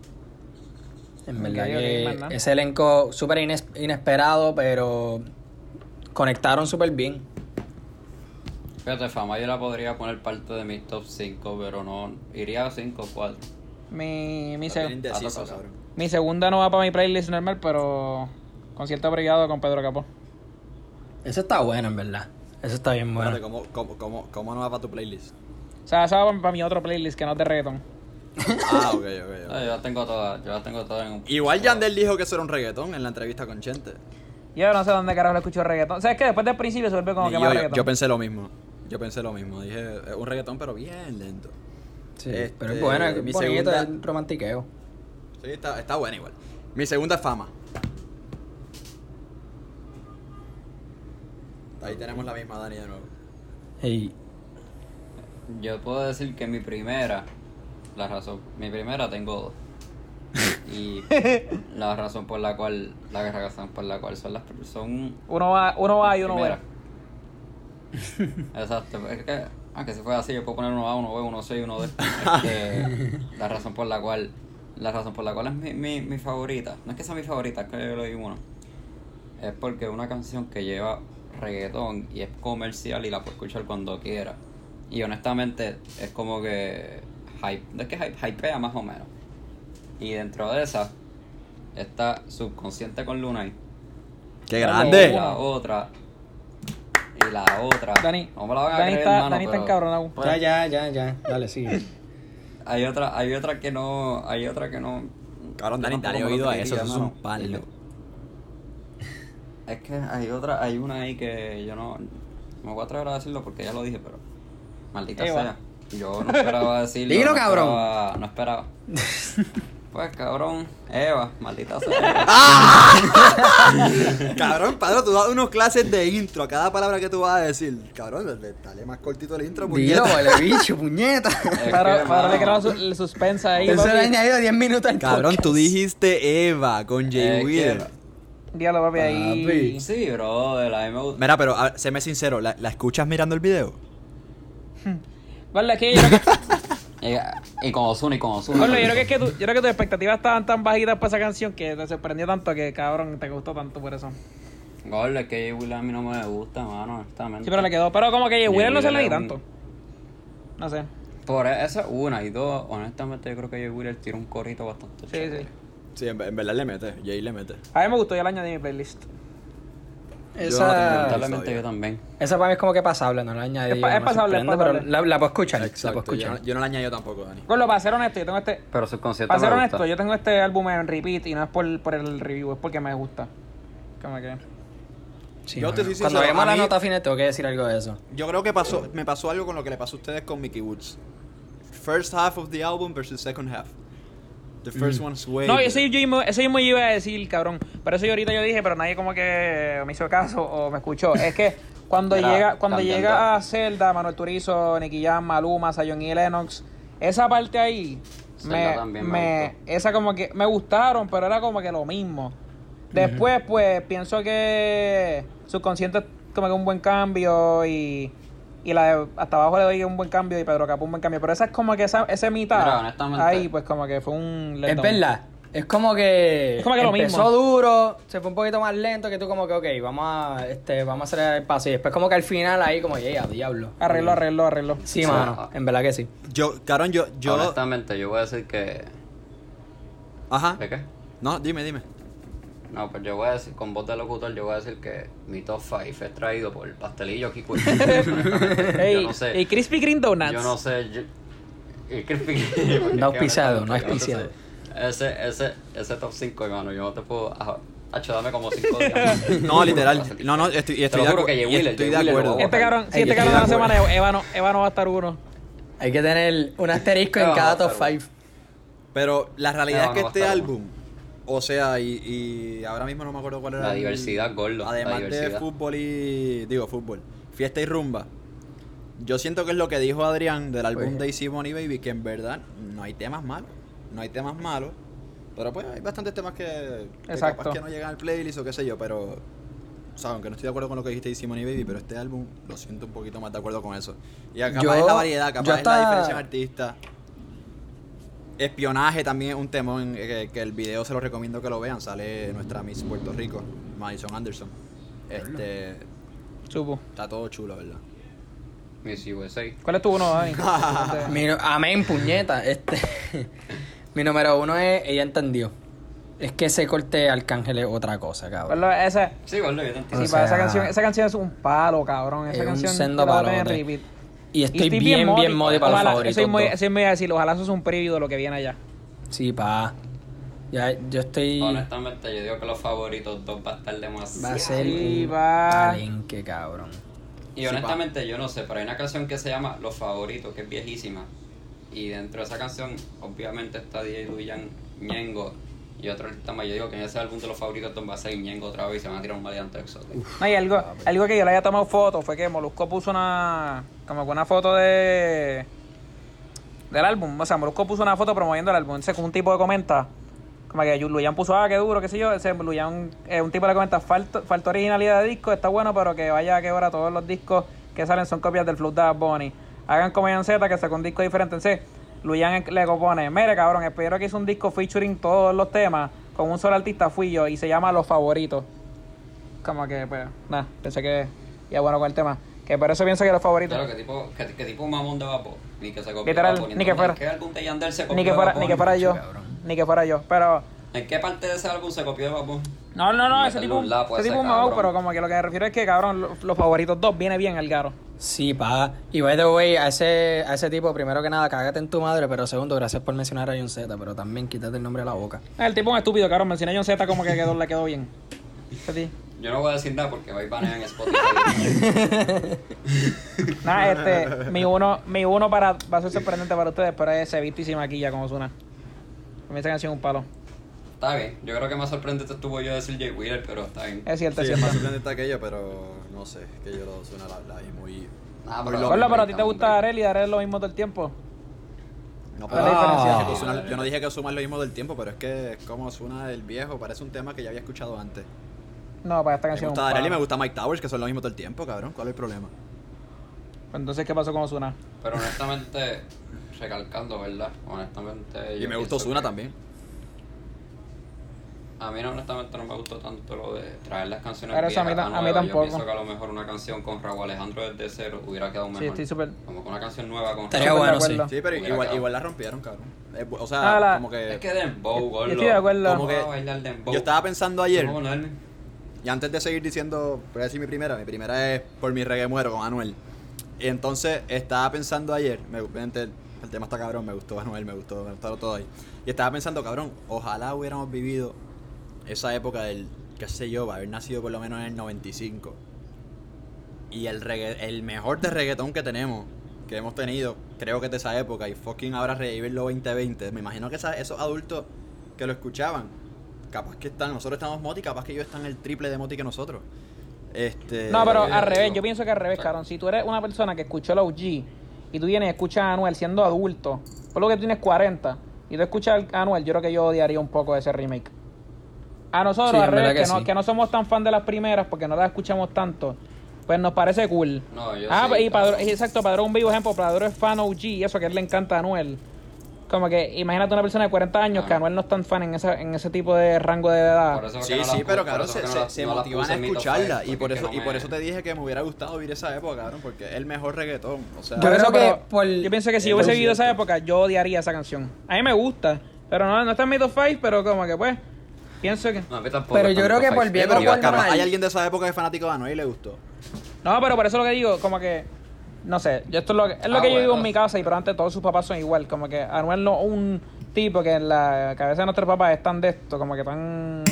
En verdad
Ok, ok,
que
más nada.
ese elenco súper ines- inesperado, pero conectaron súper bien.
Fíjate, fama yo la podría poner parte de mis top 5, pero no. Iría a 5 o 4.
Mi, mi,
Está
se-
bien indeciso,
Ah, toca,
cabrón.
mi segunda no va para mi playlist normal, pero. Concierto privado con Pedro Capó.
Eso está bueno, en verdad. Eso está bien
Espérate,
bueno.
¿cómo, cómo, cómo, cómo no va para tu playlist?
O sea, esa va para mi otro playlist que no es de reggaeton.
Ah, ok, ok, ok.
yo las tengo todas, yo las tengo todas en un.
Igual Yandel dijo que eso era un reggaetón en la entrevista con Chente.
Yo no sé dónde carajo lo escucho reggaeton. O sea, es que después del principio se vuelve como
Y
que
yo,
más
yo-
reggaeton.
yo pensé lo mismo. Yo pensé lo mismo. Dije, es un reggaetón, pero bien lento.
Sí,
Este,
pero es bueno, es
mi
bonito,
segunda-
es romantiqueo.
Sí, está, está bueno igual. Mi segunda es fama. Ahí tenemos la misma Dani de nuevo.
Y
Yo puedo decir que mi primera, la razón, mi primera tengo dos. Y la razón por la cual, la razón por la cual son las pr- son
Uno va, uno va y uno
primeras.
ve.
Exacto, es que, aunque si fuera así, yo puedo poner uno A, uno B, uno C y uno D. Este, la razón por la cual, la razón por la cual es mi, mi, mi favorita, no es que sea mi favorita, es que yo le doy uno. Es porque es una canción que lleva reggaetón y es comercial y la puedo escuchar cuando quiera. Y honestamente es como que hype, no es que hype, hypea más o menos. Y dentro de esa está subconsciente con Lunay.
¡Qué
Y
grande!
la otra. Y la otra.
Dani,
no me la van a
Dani
creer,
está,
mano,
Dani está
pero pues,
encabronado.
ya, ya, ya, ya. Dale, sigue.
Hay otra, hay otra que no. Hay otra que no.
Cabrón, Dani,
yo
dale
tampoco me lo
oído a eso.
creería,
Eso es
mano.
un palo.
Es que hay otra, hay una ahí que yo no. Me voy a atrever a decirlo porque ya lo dije, pero. Maldita
Ey,
sea. Yo no esperaba decirlo.
Dilo,
no
cabrón.
esperaba- no esperaba. Pues cabrón, Eva, maldita sea.
Cabrón, padre, tú das unos clases de intro a cada palabra que tú vas a decir. Cabrón, dale más cortito el intro.
Dilo,
puñeta.
vale, bicho, puñeta.
Es que,
Para, para
mano,
le crearon su- el suspense ahí.
Eso le ha
papi.
añadido 10 minutos al
Cabrón, tú
podcast.
dijiste Eva con Jay
Eh,
Wheeler.
quiero.
Diablo, papi, ahí.
Papi.
Sí, bro, de la MU.
Mira, pero a- séme sincero, ¿la, la escuchas mirando el video?
Gordo, es que yo creo que-
Y, y con Ozuna y con Ozuna.
Gordo, yo creo que es que tu- yo creo que tus expectativas estaban tan bajitas para esa canción que te sorprendió tanto que, cabrón, te gustó tanto por eso.
Gol, es que J. Will a mí no me gusta, mano, honestamente.
Sí, pero le quedó. Pero como que
Jay
Wheeler no se le
Wheeler
di
es un-
tanto. No sé.
Por eso es una y dos, honestamente yo creo que J. Wheeler tira un corrito bastante
Sí,
chévere.
sí.
Sí, en, ve- en verdad le mete, Jay le mete.
A mí me gustó, ya la añadí a mi playlist.
Esa, Ah,
Yo no tengo
Lamentablemente yo también.
esa para mí es como que pasable, no la añadí.
Es pa- es
me
pasable, es
sorprende,
pasable.
Pero la, la puedo escuchar, la puedo
Exacto, yo,
escuchar.
no- yo no la añado tampoco, Dani.
Gordo, para ser honesto, yo tengo este.
Pero sus conciertos
Para ser
me
honesto,
gustan.
yo tengo este álbum en repeat y no es por, por el review, es porque me gusta. Como que.
Sí,
Yo te
mano.
soy
Cuando
sincero,
veamos
a
la
mí-
nota final tengo que decir algo de eso.
Yo creo que pasó, me pasó algo con lo que le pasó a ustedes con Mickey Woods. First half of the album versus second half. The first one's way.
No,
better.
eso yo, mismo- eso mismo yo iba a decir, cabrón. Pero eso yo ahorita yo dije, pero nadie como que me hizo caso o me escuchó. Es que cuando
Mira,
llega cuando
cambiando.
llega a Zelda, Manuel Turizo, Nicky Jam, Maluma, Sayon y Lennox, esa parte ahí
Zelda
me,
también me
me-
gustó.
esa como que me gustaron, pero era como que lo mismo. Después, pues, pienso que subconsciente es como que un buen cambio y, y la de hasta abajo le doy un buen cambio y Pedro Capó un buen cambio. Pero esa es como que esa, ese mitad
Mira, honestamente-
ahí, pues como que fue un
Es
letdown.
verdad. Es como que,
Es como que lo
empezó
mismo.
duro, se fue un poquito más lento, que tú como que, ok, vamos a, este, vamos a hacer el paso. Y después como que al final ahí como, yeah, diablo.
Arreglo, arreglo, arreglo.
Sí,
Sí.
mano, en verdad que sí.
Yo, cabrón, yo, yo.
Honestamente yo voy a decir que...
Ajá.
¿De qué?
No, dime, dime.
No, pues yo voy a decir, con voz de locutor, yo voy a decir que mi top 5 es traído por el pastelillo Kiko.
Ey,
yo no sé.
y Krispy Kreme Donuts.
Yo no sé. yo- eh, el Krispy Kreme-
No auspiciado, no
Yo sé.
auspiciado.
Ese, ese, ese top 5, hermano, yo no te puedo. ajá, Hacho, dame como 5 días.
No, literal. No, no, estoy, y estoy
lo
de,
juro
acu-
que Jay
y
Wheeler,
estoy
Jay
de
Wheeler
acuerdo.
lo
Este cabrón, si
Ey,
este
yo
cabrón
estoy
no
de
se
acuerdo.
maneja, Eva no, Eva no va a estar uno.
Hay que tener un asterisco
Ah,
en
No,
cada
pero
top
bueno.
5.
Pero la realidad
No,
es que
no,
este
está bueno.
álbum, o sea, y, y ahora mismo no me acuerdo cuál era.
La
el-
diversidad, gordo, la
Además de
diversidad.
fútbol y. Digo, fútbol. Fiesta y rumba. Yo siento que es lo que dijo Adrián del álbum
Pues,
Oye.
de
eh.
Easy Money Baby, que en verdad no hay temas malos. No hay temas malos. Pero pues hay bastantes temas que, que
Exacto.
capaz que no llegan al playlist o qué sé yo, pero. O sea, aunque no estoy de acuerdo con lo que dijiste de Easy Money Baby, pero este álbum lo siento un poquito más de acuerdo con eso. Y capaz
Yo-
es la variedad,
yo
capaz es
hasta-
la diferencia en artistas. Espionaje también es un temón eh, que, que el video se lo recomiendo que lo vean. Sale nuestra Miss Puerto Rico, Madison Anderson. Este,
Supo.
está todo chulo, ¿verdad?
Miss USA.
¿Cuál es tu uno, Este, Ay,
Mi no- Amén, puñeta. Este. Mi número uno es Ella entendió. Es que ese corte de Arcángel es otra cosa, cabrón.
Perdón, esa,
Sí, gordo, yo te entiendo.
O
sí,
sea,
para esa canción, esa canción es un palo, cabrón. Esa
es un
canción
sendo
la ponen en
palote.
repeat.
Y estoy
Stevie
bien,
Modi,
bien modi para los
ojalá,
favoritos.
Eso es muy,
dos.
eso es muy decir, ojalá eso es un preview de lo que viene allá.
Sí, pa. Ya, yo estoy.
Honestamente, yo digo que los favoritos dos va a estar
Va a
demasiado.
ser
Sí,
un
va.
palenque, cabrón.
Y honestamente, yo no sé, pero hay una canción que se llama Los Favoritos, que es viejísima. Y dentro de esa canción, obviamente, está DJ Duyan, Ñengo y otro artista más. Yo digo que en ese álbum de los favoritos Tom va a ser Ñengo otra vez y se van a tirar un maleante exótico.
No, y algo, algo que yo le había tomado foto fue que Molusco puso una. como que una foto de. del álbum. O sea, Molusco puso una foto promoviendo el álbum. Entonces, como un tipo de comenta. Como que Luyan puso, ah, qué duro, qué sé yo. Ese Luyan, eh, un tipo le comenta, falta, falta originalidad de disco, está bueno, pero que vaya que ahora todos los discos que salen son copias del Flow de Bad Bunny. Hagan Comedian Z que sacó un disco diferente. Entonces, Luyan le compone, mire cabrón, el primero que hizo un disco featuring todos los temas con un solo artista fui yo y se llama Los Favoritos. Como que, pues, nada, pensé que ya bueno con el tema. Que por eso pienso que los favoritos.
Claro, que tipo, que, que tipo mamón de Vapo. Ni que se copió
Literal,
Bad Bunny.
ni que fuera-
¿En qué álbum de Yandel se copió
ni que fuera,
Bad
ni que
Bunny?
fuera yo.
cabrón.
Ni que fuera yo. Pero.
¿En qué parte de ese álbum se copió de Vapo?
No, no, no, ese
Métele
tipo,
un lapo a
ese
ese
tipo me va,
cabrón.
pero como que lo que me refiero es que, cabrón, lo- los, favoritos dos viene bien al garo.
Sí, pa. Y by the way, a ese, a ese tipo, primero que nada, cágate en tu madre, pero segundo, gracias por mencionar a John Z, pero también quítate el nombre de la boca.
El tipo es un estúpido, cabrón, mencioné a John Z como que quedó, le quedó bien. Ese ti-
Yo no voy a decir nada porque va a ir baneado en Spotify.
Nada, este, mi uno, mi uno para, va a ser sorprendente para ustedes, pero es se viste y se maquilla como suena. A mí esa canción es un palo.
está bien, yo creo que más sorprendente estuvo yo decir Jay Wheeler, pero está bien.
Es cierto, es
Sí, es
cierto.
más sorprendente está aquella, pero no sé, es que yo lo suena la, la y muy.
Ah,
muy
pero-
loco.
Hola, pero a ti te
Hombre,
gusta
hombre.
Arel y Arel es lo mismo todo el tiempo.
Ah,
No,
¿Cuál es
pero-
la diferencia?
yo dije que Ozuna- yo no dije que Osuna es lo mismo del tiempo, pero es que es como suena el viejo, parece un tema que ya había escuchado antes.
No, para esta
Me
canción. es un
gusta Darell y
palo.
me gusta Mike Towers, que son lo mismo todo el tiempo, cabrón. ¿Cuál es el problema?
Pues Entonces, ¿qué pasó con Osuna?
Pero honestamente, recalcando, ¿verdad? Honestamente.
Y
yo
me gusta
pienso
Ozuna
que-
también.
A mí, no, honestamente, no me gustó tanto lo de traer las canciones.
Pero eso a mí
viejas
ta- a mí
nuevas.
tampoco.
Yo pienso que a lo mejor una canción con Raúl Alejandro desde cero hubiera quedado mejor.
estoy súper-
Como con una canción nueva con
Estaría
Raúl.
Súper de
bueno, sí.
acuerdo.
Sí, pero
Hubiera
igual,
quedado.
igual la rompieron, cabrón. Es bu- o sea,
Ah, la-
como que.
Es que Dembow,
Yo- yo
gordo.
estoy de acuerdo.
¿Cómo que
Yo
va a bailar Dembow?
Yo estaba pensando ayer,
¿Cómo ponerme?
y antes de seguir diciendo, voy a decir mi primera. Mi primera es Por mi reggae muero con Anuel. Y entonces estaba pensando ayer, me, obviamente el, el tema está cabrón, me gustó Anuel, me gustó, me gustó todo ahí. Y estaba pensando, cabrón, ojalá hubiéramos vivido esa época del, qué sé yo, haber nacido por lo menos en el 95. Y el, regga- el mejor de reggaetón que tenemos, que hemos tenido, creo que es de esa época. Y fucking ahora revivirlo 2020. Me imagino que esa- esos adultos que lo escuchaban, capaz que están, nosotros estamos moti, capaz que ellos están el triple de moti que nosotros. Este,
No, pero
eh,
al revés,
digo,
yo pienso que al revés,
exacto.
cabrón. Si tú eres una persona que escuchó la OG y tú vienes y escuchas a Anuel siendo adulto, por lo que tú tienes 40 y tú escuchas a Anuel, yo creo que yo odiaría un poco ese remake. A nosotros,
Sí, en
al revés,
verdad
que,
que
no,
sí.
que no somos tan fan de las primeras porque no las escuchamos tanto, pues nos parece cool.
No, yo
ah,
sí,
y Padro-
cabrón.
exacto, Padrón un vivo ejemplo, Padrón es fan OG y eso que a él le encanta a Anuel. Como que imagínate una persona de 40 años que
Ah.
Anuel no es tan fan en, esa, en ese tipo de rango de edad.
Por eso fue que
Ah, Sí,
no la
sí,
pu-
pero
por
cabrón,
eso
se,
fue que
se-
no la-
se
no la
motivan
puse
a
en mi top
escucharla.
five,
Y por,
porque es
eso,
que
y
no
por
me-
eso te dije que me hubiera gustado vivir esa época, cabrón, porque es el mejor reggaetón. O sea,
Yo
Por
creo
eso,
que
pero
por-
yo pienso que si
eh,
yo hubiese
por
vivido esa
cierto.
época, yo odiaría esa canción. A mí me gusta, pero no, no está en mi top 5, pero como que pues. Pienso que.
No, a mí tampoco
Pero
es
yo
tanto
creo que por
Five
bien
Eh,
o
pero
Five.
por
Iván Carlos,
mal.
¿hay alguien de esa época que es fanático de Anuel y le gustó?
No, pero por eso lo que digo, como que. No sé, yo esto es lo que, es lo
Ah,
que yo vivo
bueno.
en mi casa y pero antes todos sus papás son igual. Como que Anuel no es un tipo que en la cabeza de nuestros papás es tan de esto, como que tan.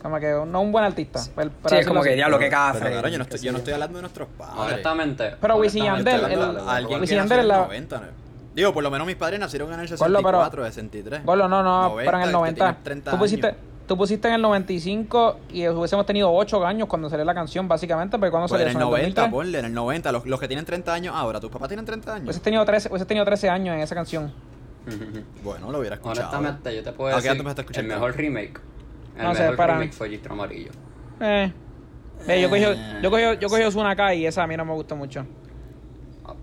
Como que no un buen artista. Pero,
Sí, es como que
ya
diablo, qué
Pero,
cafre.
claro, yo no, estoy, yo no estoy hablando de nuestros padres.
Honestamente.
Pero Wisin
Yo
honestamente,
estoy
Yandel,
hablando
el-
de alguien
Wisin
que nació en
Yandel
el
es
90.
la-
¿no? Digo, por lo menos mis padres nacieron en el
Gordo,
64,
pero-
63.
Golo, no, no,
90,
pero en el
que tiene
90.
30
Tú pusiste,
años.
tú pusiste en el 95 y hubiésemos tenido 8 años cuando salió la canción, básicamente, pero cuando
Pues en
salió
el
eso, en el
90,
2003,
ponle, en el 90. Los, los que tienen 30 años ahora, ¿tus papás tienen 30 años?
Hubieses tenido 13, hubieses tenido 13 años en esa canción.
Bueno, lo hubiera escuchado.
Honestamente, yo te puedo
¿A qué edad
decir.
tú empezaste a escuchar
el
esto?
mejor remake. El
No sé,
mejor
para-
remake fue Gistro Amarillo.
Eh. Ve, yo cogí,
Eh.
yo cogí, yo cogí Ozuna acá y esa a mí no me gustó mucho.
Ah,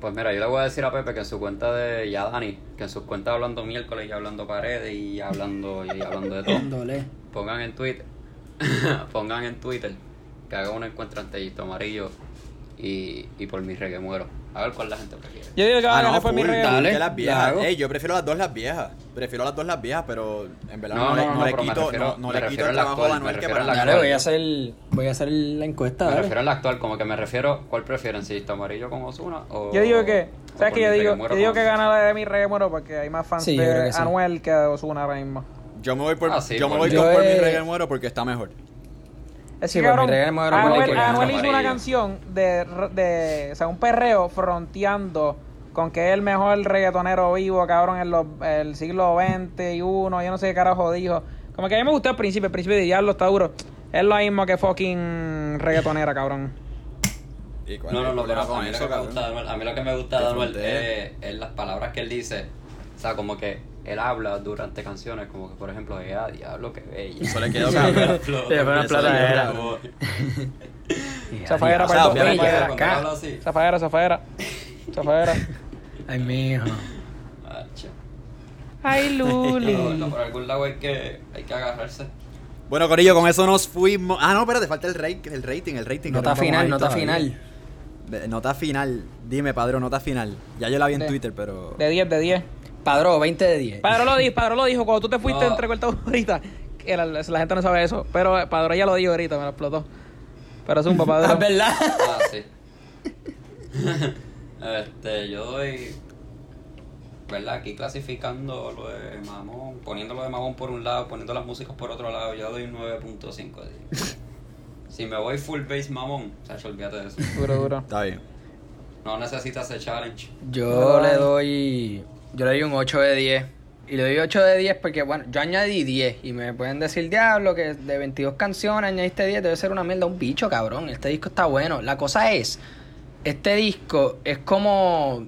Pues mira, yo le voy a decir a Pepe que en su cuenta de. Y a Dani, que en sus cuentas hablando miércoles y hablando paredes y hablando, y hablando de todo.
Dándole.
Pongan en Twitter. pongan en Twitter que haga un encuentro ante Gistro Amarillo y, y por mi reggae muero. A ver cuál la gente prefiere.
Yo digo que va a
Ah,
ganar
no,
por mi
full,
reggae.
full,
Dale,
que las
la
viejas.
hago.
Ey, yo prefiero las dos las viejas. Prefiero las dos las viejas, pero en verdad
No,
no, le-
no,
no
no,
le
pero me
quito,
refiero-
no, no
me
le quito
refiero
el
al
trabajo
actual,
a Manuel
me
que
refiero
para
al
nada.
Dale, voy a hacer, voy a hacer la encuesta.
Me
dale.
refiero al actual, como que me refiero, ¿cuál prefieren? ¿Si Gistro Amarillo con Osuna o.?
Yo digo que,
o
¿sabes
por
qué? Yo
mi
digo,
reggae muero
yo digo
con
que
Ozuna?
gana la de mi reggae moro porque hay más fans
Sí, yo creo
de
que sí.
Anuel que de Ozuna ahora mismo.
Yo me voy por,
Ah, sí,
yo me
por
voy
Dios.
con
Yo,
por mi
eh,
reggae muero porque está mejor.
Es
Sí,
que,
pues, mi
cabrón,
reggae muero es
Anuel,
mejor que
Anuel
Gitano
hizo una
Amarillo.
canción de, de, o sea, un perreo fronteando con que es el mejor reggaetonero vivo, cabrón, en los, el siglo XXI, yo no sé qué carajo dijo. Como que a mí me gustó el principio, el principio de Diablo está duro. Es lo mismo que fucking reggaetonera, cabrón.
¿Y cuál
No,
es
no,
el
no, pero
problema
a
con
mí,
eso,
lo que me
cabrón?
gusta de Anuel- a mí lo que me gusta
Que
de Anuel
frontee.
es, es las palabras que él dice. O sea, como que él habla durante canciones, como que por ejemplo, ella, diablo, que bella.
Eso le quedó cabrón.
Eso le
Sí, fue una
quedó
platadera.
cabrón.
Zafadera
o
para
sea,
el dos-
obviamente,
zafadera.
Cuando
acá.
habla así,
Zafadera, zafadera. Zafadera.
Ay, mijo.
ah, che.
Ay,
No,
Luli.
no, por algún lado hay que, hay que agarrarse.
Bueno, Corillo, con eso nos fuimos. Ah, no, espérate, falta el, rate- el rating, el rating. que no
Nota
estamos ahí
final, nota
todavía.
final.
De- Nota final. Dime, padrón, nota final. Ya yo la vi en
De-
Twitter, pero.
De 10, de 10.
Padro, 20 de 10.
Padro lo dijo, Padro lo dijo cuando tú te fuiste
No.
entre cortados ahorita. que la, la- la gente no sabe eso, pero eh, Padro ya lo dijo ahorita, me lo explotó. Pero zumba,
Ah,
Padro.
¿verdad?
Ah, sí. este, yo doy. ¿Verdad? Aquí clasificando lo de mamón, poniendo lo de mamón por un lado, poniendo las músicas por otro lado, yo doy un 9.5. así. si me voy full bass mamón, o sea, olvídate de eso.
Duro, duro.
Está bien.
No necesitas el challenge.
Yo le doy. Yo le doy un 8 de 10. Y le doy 8 de 10 porque, bueno, yo añadí 10. Y me pueden decir, diablo, que de 22 canciones añadiste 10. Debe ser una mierda, un bicho, cabrón. Este disco está bueno. La cosa es, este disco es como.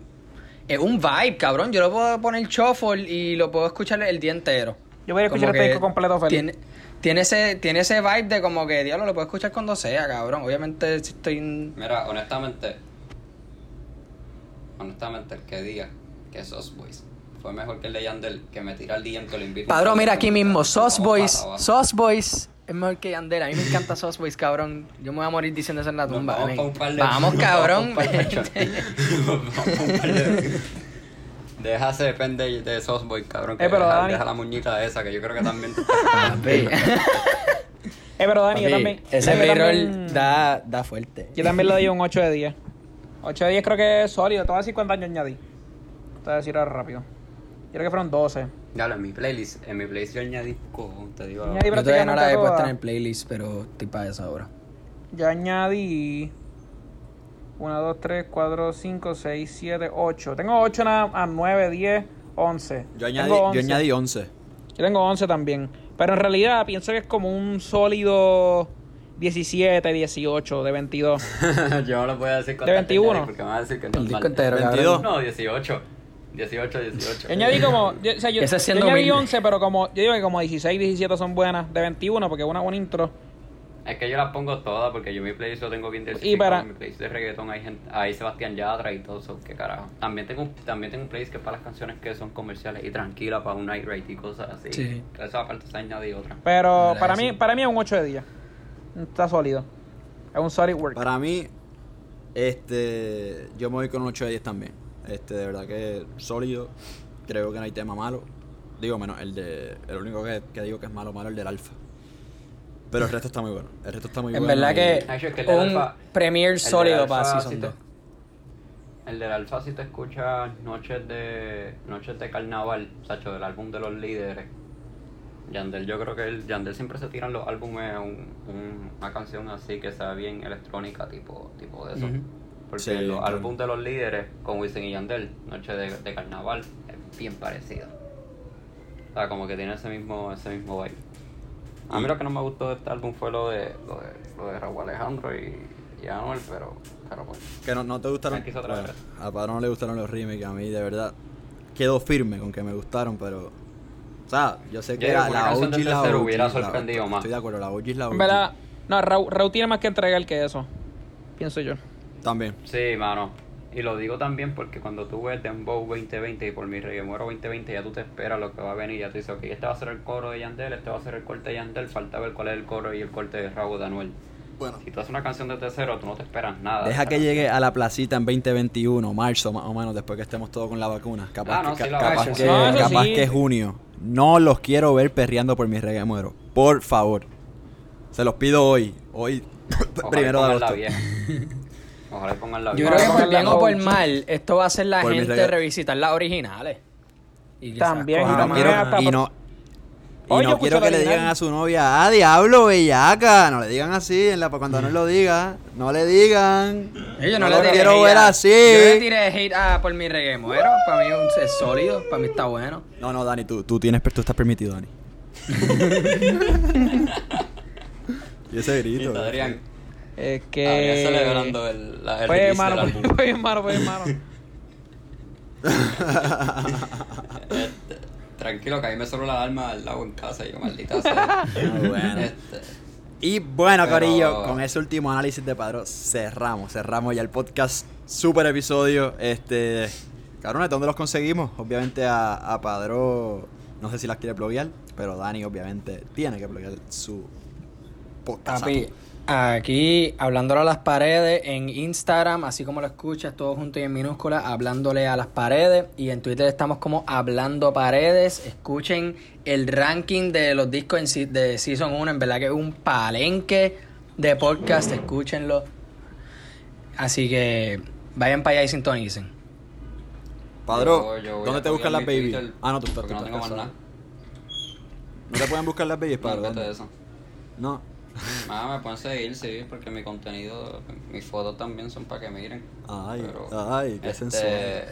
Es un vibe, cabrón. Yo lo puedo poner shuffle y lo puedo escuchar el día entero.
Yo voy a escuchar
Como
este
que
disco completo, Felipe.
Tiene, tiene, ese, tiene ese vibe de como que, diablo, lo puedo escuchar cuando sea, cabrón. Obviamente, si estoy. en-
Mira, honestamente, honestamente, el que diga que Sos Boys fue mejor que el de Yandel, que me tira el DM que lo invito.
Padrón, mira aquí mismo, Sauce
Sos
Boys, Sauce Boys es mejor que Yandel, a mí me encanta Sauce Boys, cabrón, yo me voy a morir diciendo eso en la
Nos
tumba.
vamos
amén.
pa' un par de-
Vamos,
nos
cabrón.
vamos pa' un par de Nos vamos pa' un par de- Déjase depende de Sosboy, cabrón. Que
Eh, pero
deja,
Dani-
deja la muñita esa, que yo creo que también.
Papi,
Eh, pero Dani, yo
papi,
también.
Ese
yo
B-roll
también-
da, da fuerte.
Yo también le doy un 8 de 10. 8 de 10 creo que es sólido, te voy a decir cuántos años añadí. Te voy a decir ahora rápido. Yo creo que fueron 12.
Dale, en mi playlist, en mi playlist yo añadí cojón, te digo.
Añadí-
Yo todavía no la he
prácticamente
puesto en
toda.
el playlist, pero estoy para eso ahora.
Yo añadí 1, 2, 3, 4, 5, 6, 7, 8. Tengo 8 nada a 9, 10, 11.
Yo añadí,
Tengo
yo
11.
añadí 11.
Yo tengo 11 también. Pero en realidad pienso que es como un sólido 17, 18, de 22.
yo no lo voy a decir cuántas
De 21.
añadí, Porque me van a decir que no
El
es
disco
mal.
entero,
22.
cabrón.
No, 18. 18, 18.
Yo añadí como. Yo, o sea, yo,
Eso es
yo
siendo
añadí
humilde.
11, pero como. Yo digo que como 16, 17 son buenas. De 21, porque una buena intro.
Es que yo las pongo todas porque yo mi playlist lo tengo bien diversificado.
para-
En mi playlist de reggaetón hay, gente, hay Sebastián Yatra y todo eso, qué carajo. También tengo, un- también tengo un playlist que es para las canciones que son comerciales y tranquila para un night rate y cosas así.
Sí.
Que Esa parte se añade otra.
Pero
Verdad
para
que
mí,
sí.
para mí es un 8 de 10. Está sólido. Es un solid work.
Para mí, este, yo me voy con un 8 de 10 también. Este, de verdad que sólido. Creo que no hay tema malo. Digo, menos el de. El único que, que digo que es malo, malo, el del alfa. Pero el resto está muy bueno. El resto está muy
En
bueno.
verdad
y-
Ay, Ah, yo, es que
que
el del
un
Alfa-
premier
El del
sólido
Alfa,
para
si
Season
te-
2.
El del Alfa, si te escuchas Noches de noches de Carnaval, Sacho, del álbum de los líderes. Yandel, yo creo que el, Yandel siempre se tiran los álbumes un- un- una canción así que sea bien electrónica, tipo, tipo de eso.
Ujú.
Porque
Sí,
los
claro.
álbumes de los líderes con Wisin y Yandel, Noches de, de Carnaval, es bien parecido. O sea, como que tiene ese mismo, ese mismo vibe. A mí lo que no me gustó de este álbum fue lo de, lo de, lo de Raúl Alejandro y, y Anuel, pero, pero bueno.
Que no, no te gustaron.
Me quiso otra
bueno,
vez.
a Pablo no le gustaron los remakes, a mí de verdad. Quedo firme con que me gustaron, pero. O sea, yo sé
Yo
que
digo
la,
que una
la
canción
OG
del
es la
tercero
OG,
hubiera
la-
sorprendido más.
Estoy de acuerdo, la OG es la OG.
En verdad, no, Raúl, Raúl tiene más que entregar que eso. Pienso yo.
También.
Sí, mano. Y lo digo también porque cuando tú ves Dembow 2020 y por mi rey muero 2020, ya tú te esperas lo que va a venir. Ya tú dices, ok, este va a ser el coro de Yandel, este va a ser el corte de Yandel. Falta ver cuál es el coro y el corte de Raúl de Anuel.
Bueno.
Si tú haces una canción de tercero, tú no te esperas nada.
Deja que
Pero-
llegue a la placita en 2021, marzo más o menos, después que estemos todos con la vacuna. Capaz,
Ah, no,
que,
sí, la
capaz,
vacuna.
que,
No, eso
capaz
sí.
que junio. No los quiero ver perreando por mi reggae muero. Por favor. Se los pido hoy. Hoy,
Ojalá
primero de
pongan la
agosto.
vieja. Ojalá y pongan la
Yo
vieja.
creo que
Vamos a
por bien
la
o por
coach.
mal, esto va a hacer la
Por mi
gente
regla-
revisitar las originales. Y quizás
También,
Y
coja
Ah,
no
más.
quiero,
hasta
y
por-
no- y
Hoy yo
no
escuché
quiero
la
que le
original.
digan a su novia, ah, diablo, bellaca. No le digan así, en la, cuando no lo diga. No le digan.
Eh, Yo no,
No
le
lo
tiré
quiero
hate
ver
a-
así.
Yo le tiré hate a por mi reggae muero. Para mí es un- es sólido, para mí está bueno.
No, no, Dani, tú, tú, tienes, tú estás permitido, Dani. y ese grito.
Listo, Adrián.
Es
Adrián
que.
celebrando el, la, el
Eh, Pues,
release
hermano,
del álbum.
pues, hermano, pues, hermano.
Este, tranquilo, que a mí me sobró la alma al lado en casa. Y yo, maldita sea.
Ah, bueno.
Este,
Y bueno,
Pero-
Corillo, con ese último análisis de Padro, cerramos, cerramos ya el podcast. Super episodio. Este. Cabrones, ¿dónde los conseguimos? Obviamente a, a Padro, no sé si las quiere bloguear, pero Dani obviamente tiene que bloguear su podcast.
Papi, aquí hablándole a las paredes en Instagram, así como lo escuchas, todo junto y en minúscula, hablándole a las paredes. Y en Twitter estamos como hablando paredes. Escuchen el ranking de los discos en se- de Season 1, en verdad que es un palenque de podcast, escúchenlo. Así que vayan para allá y sintonicen.
Padro,
yo- yo voy
¿dónde
a
te buscan las
bloguear mi
babies?
Twitter,
Ah, no, tú estás, tú
porque no
estás
tengo más
casado.
nada.
¿No te pueden buscar las babies, Padro?
Olvídate de
¿Dónde?
eso.
No.
Ah, me pueden seguir, sí, porque mi contenido, mis fotos también son para que miren. este,
Ay, ay, qué sensual.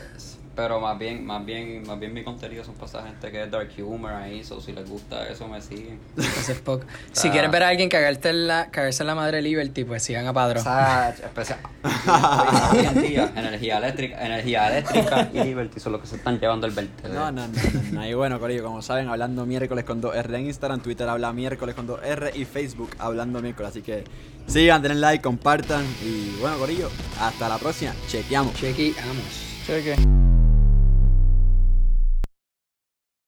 Pero más bien, más bien, más bien mi contenido son para esa gente que es dark humor ahí, so si les gusta eso me siguen.
Eso es poco. Si
Ah.
quieres ver a alguien cagarte en la, cagarse en la madre Liberty, pues sigan a Padro.
Sach, especial. Hoy en día, energía eléctrica, energía eléctrica y Liberty son los que se están llevando el vertedero.
No, no, no, no, no. Y bueno, Corillo, como saben, hablando miércoles con 2R en Instagram, Twitter habla miércoles con 2R y Facebook hablando miércoles. Así que sigan, denle like, compartan. Y bueno, Corillo, hasta la próxima. Chequeamos.
Chequeamos.
Cheque.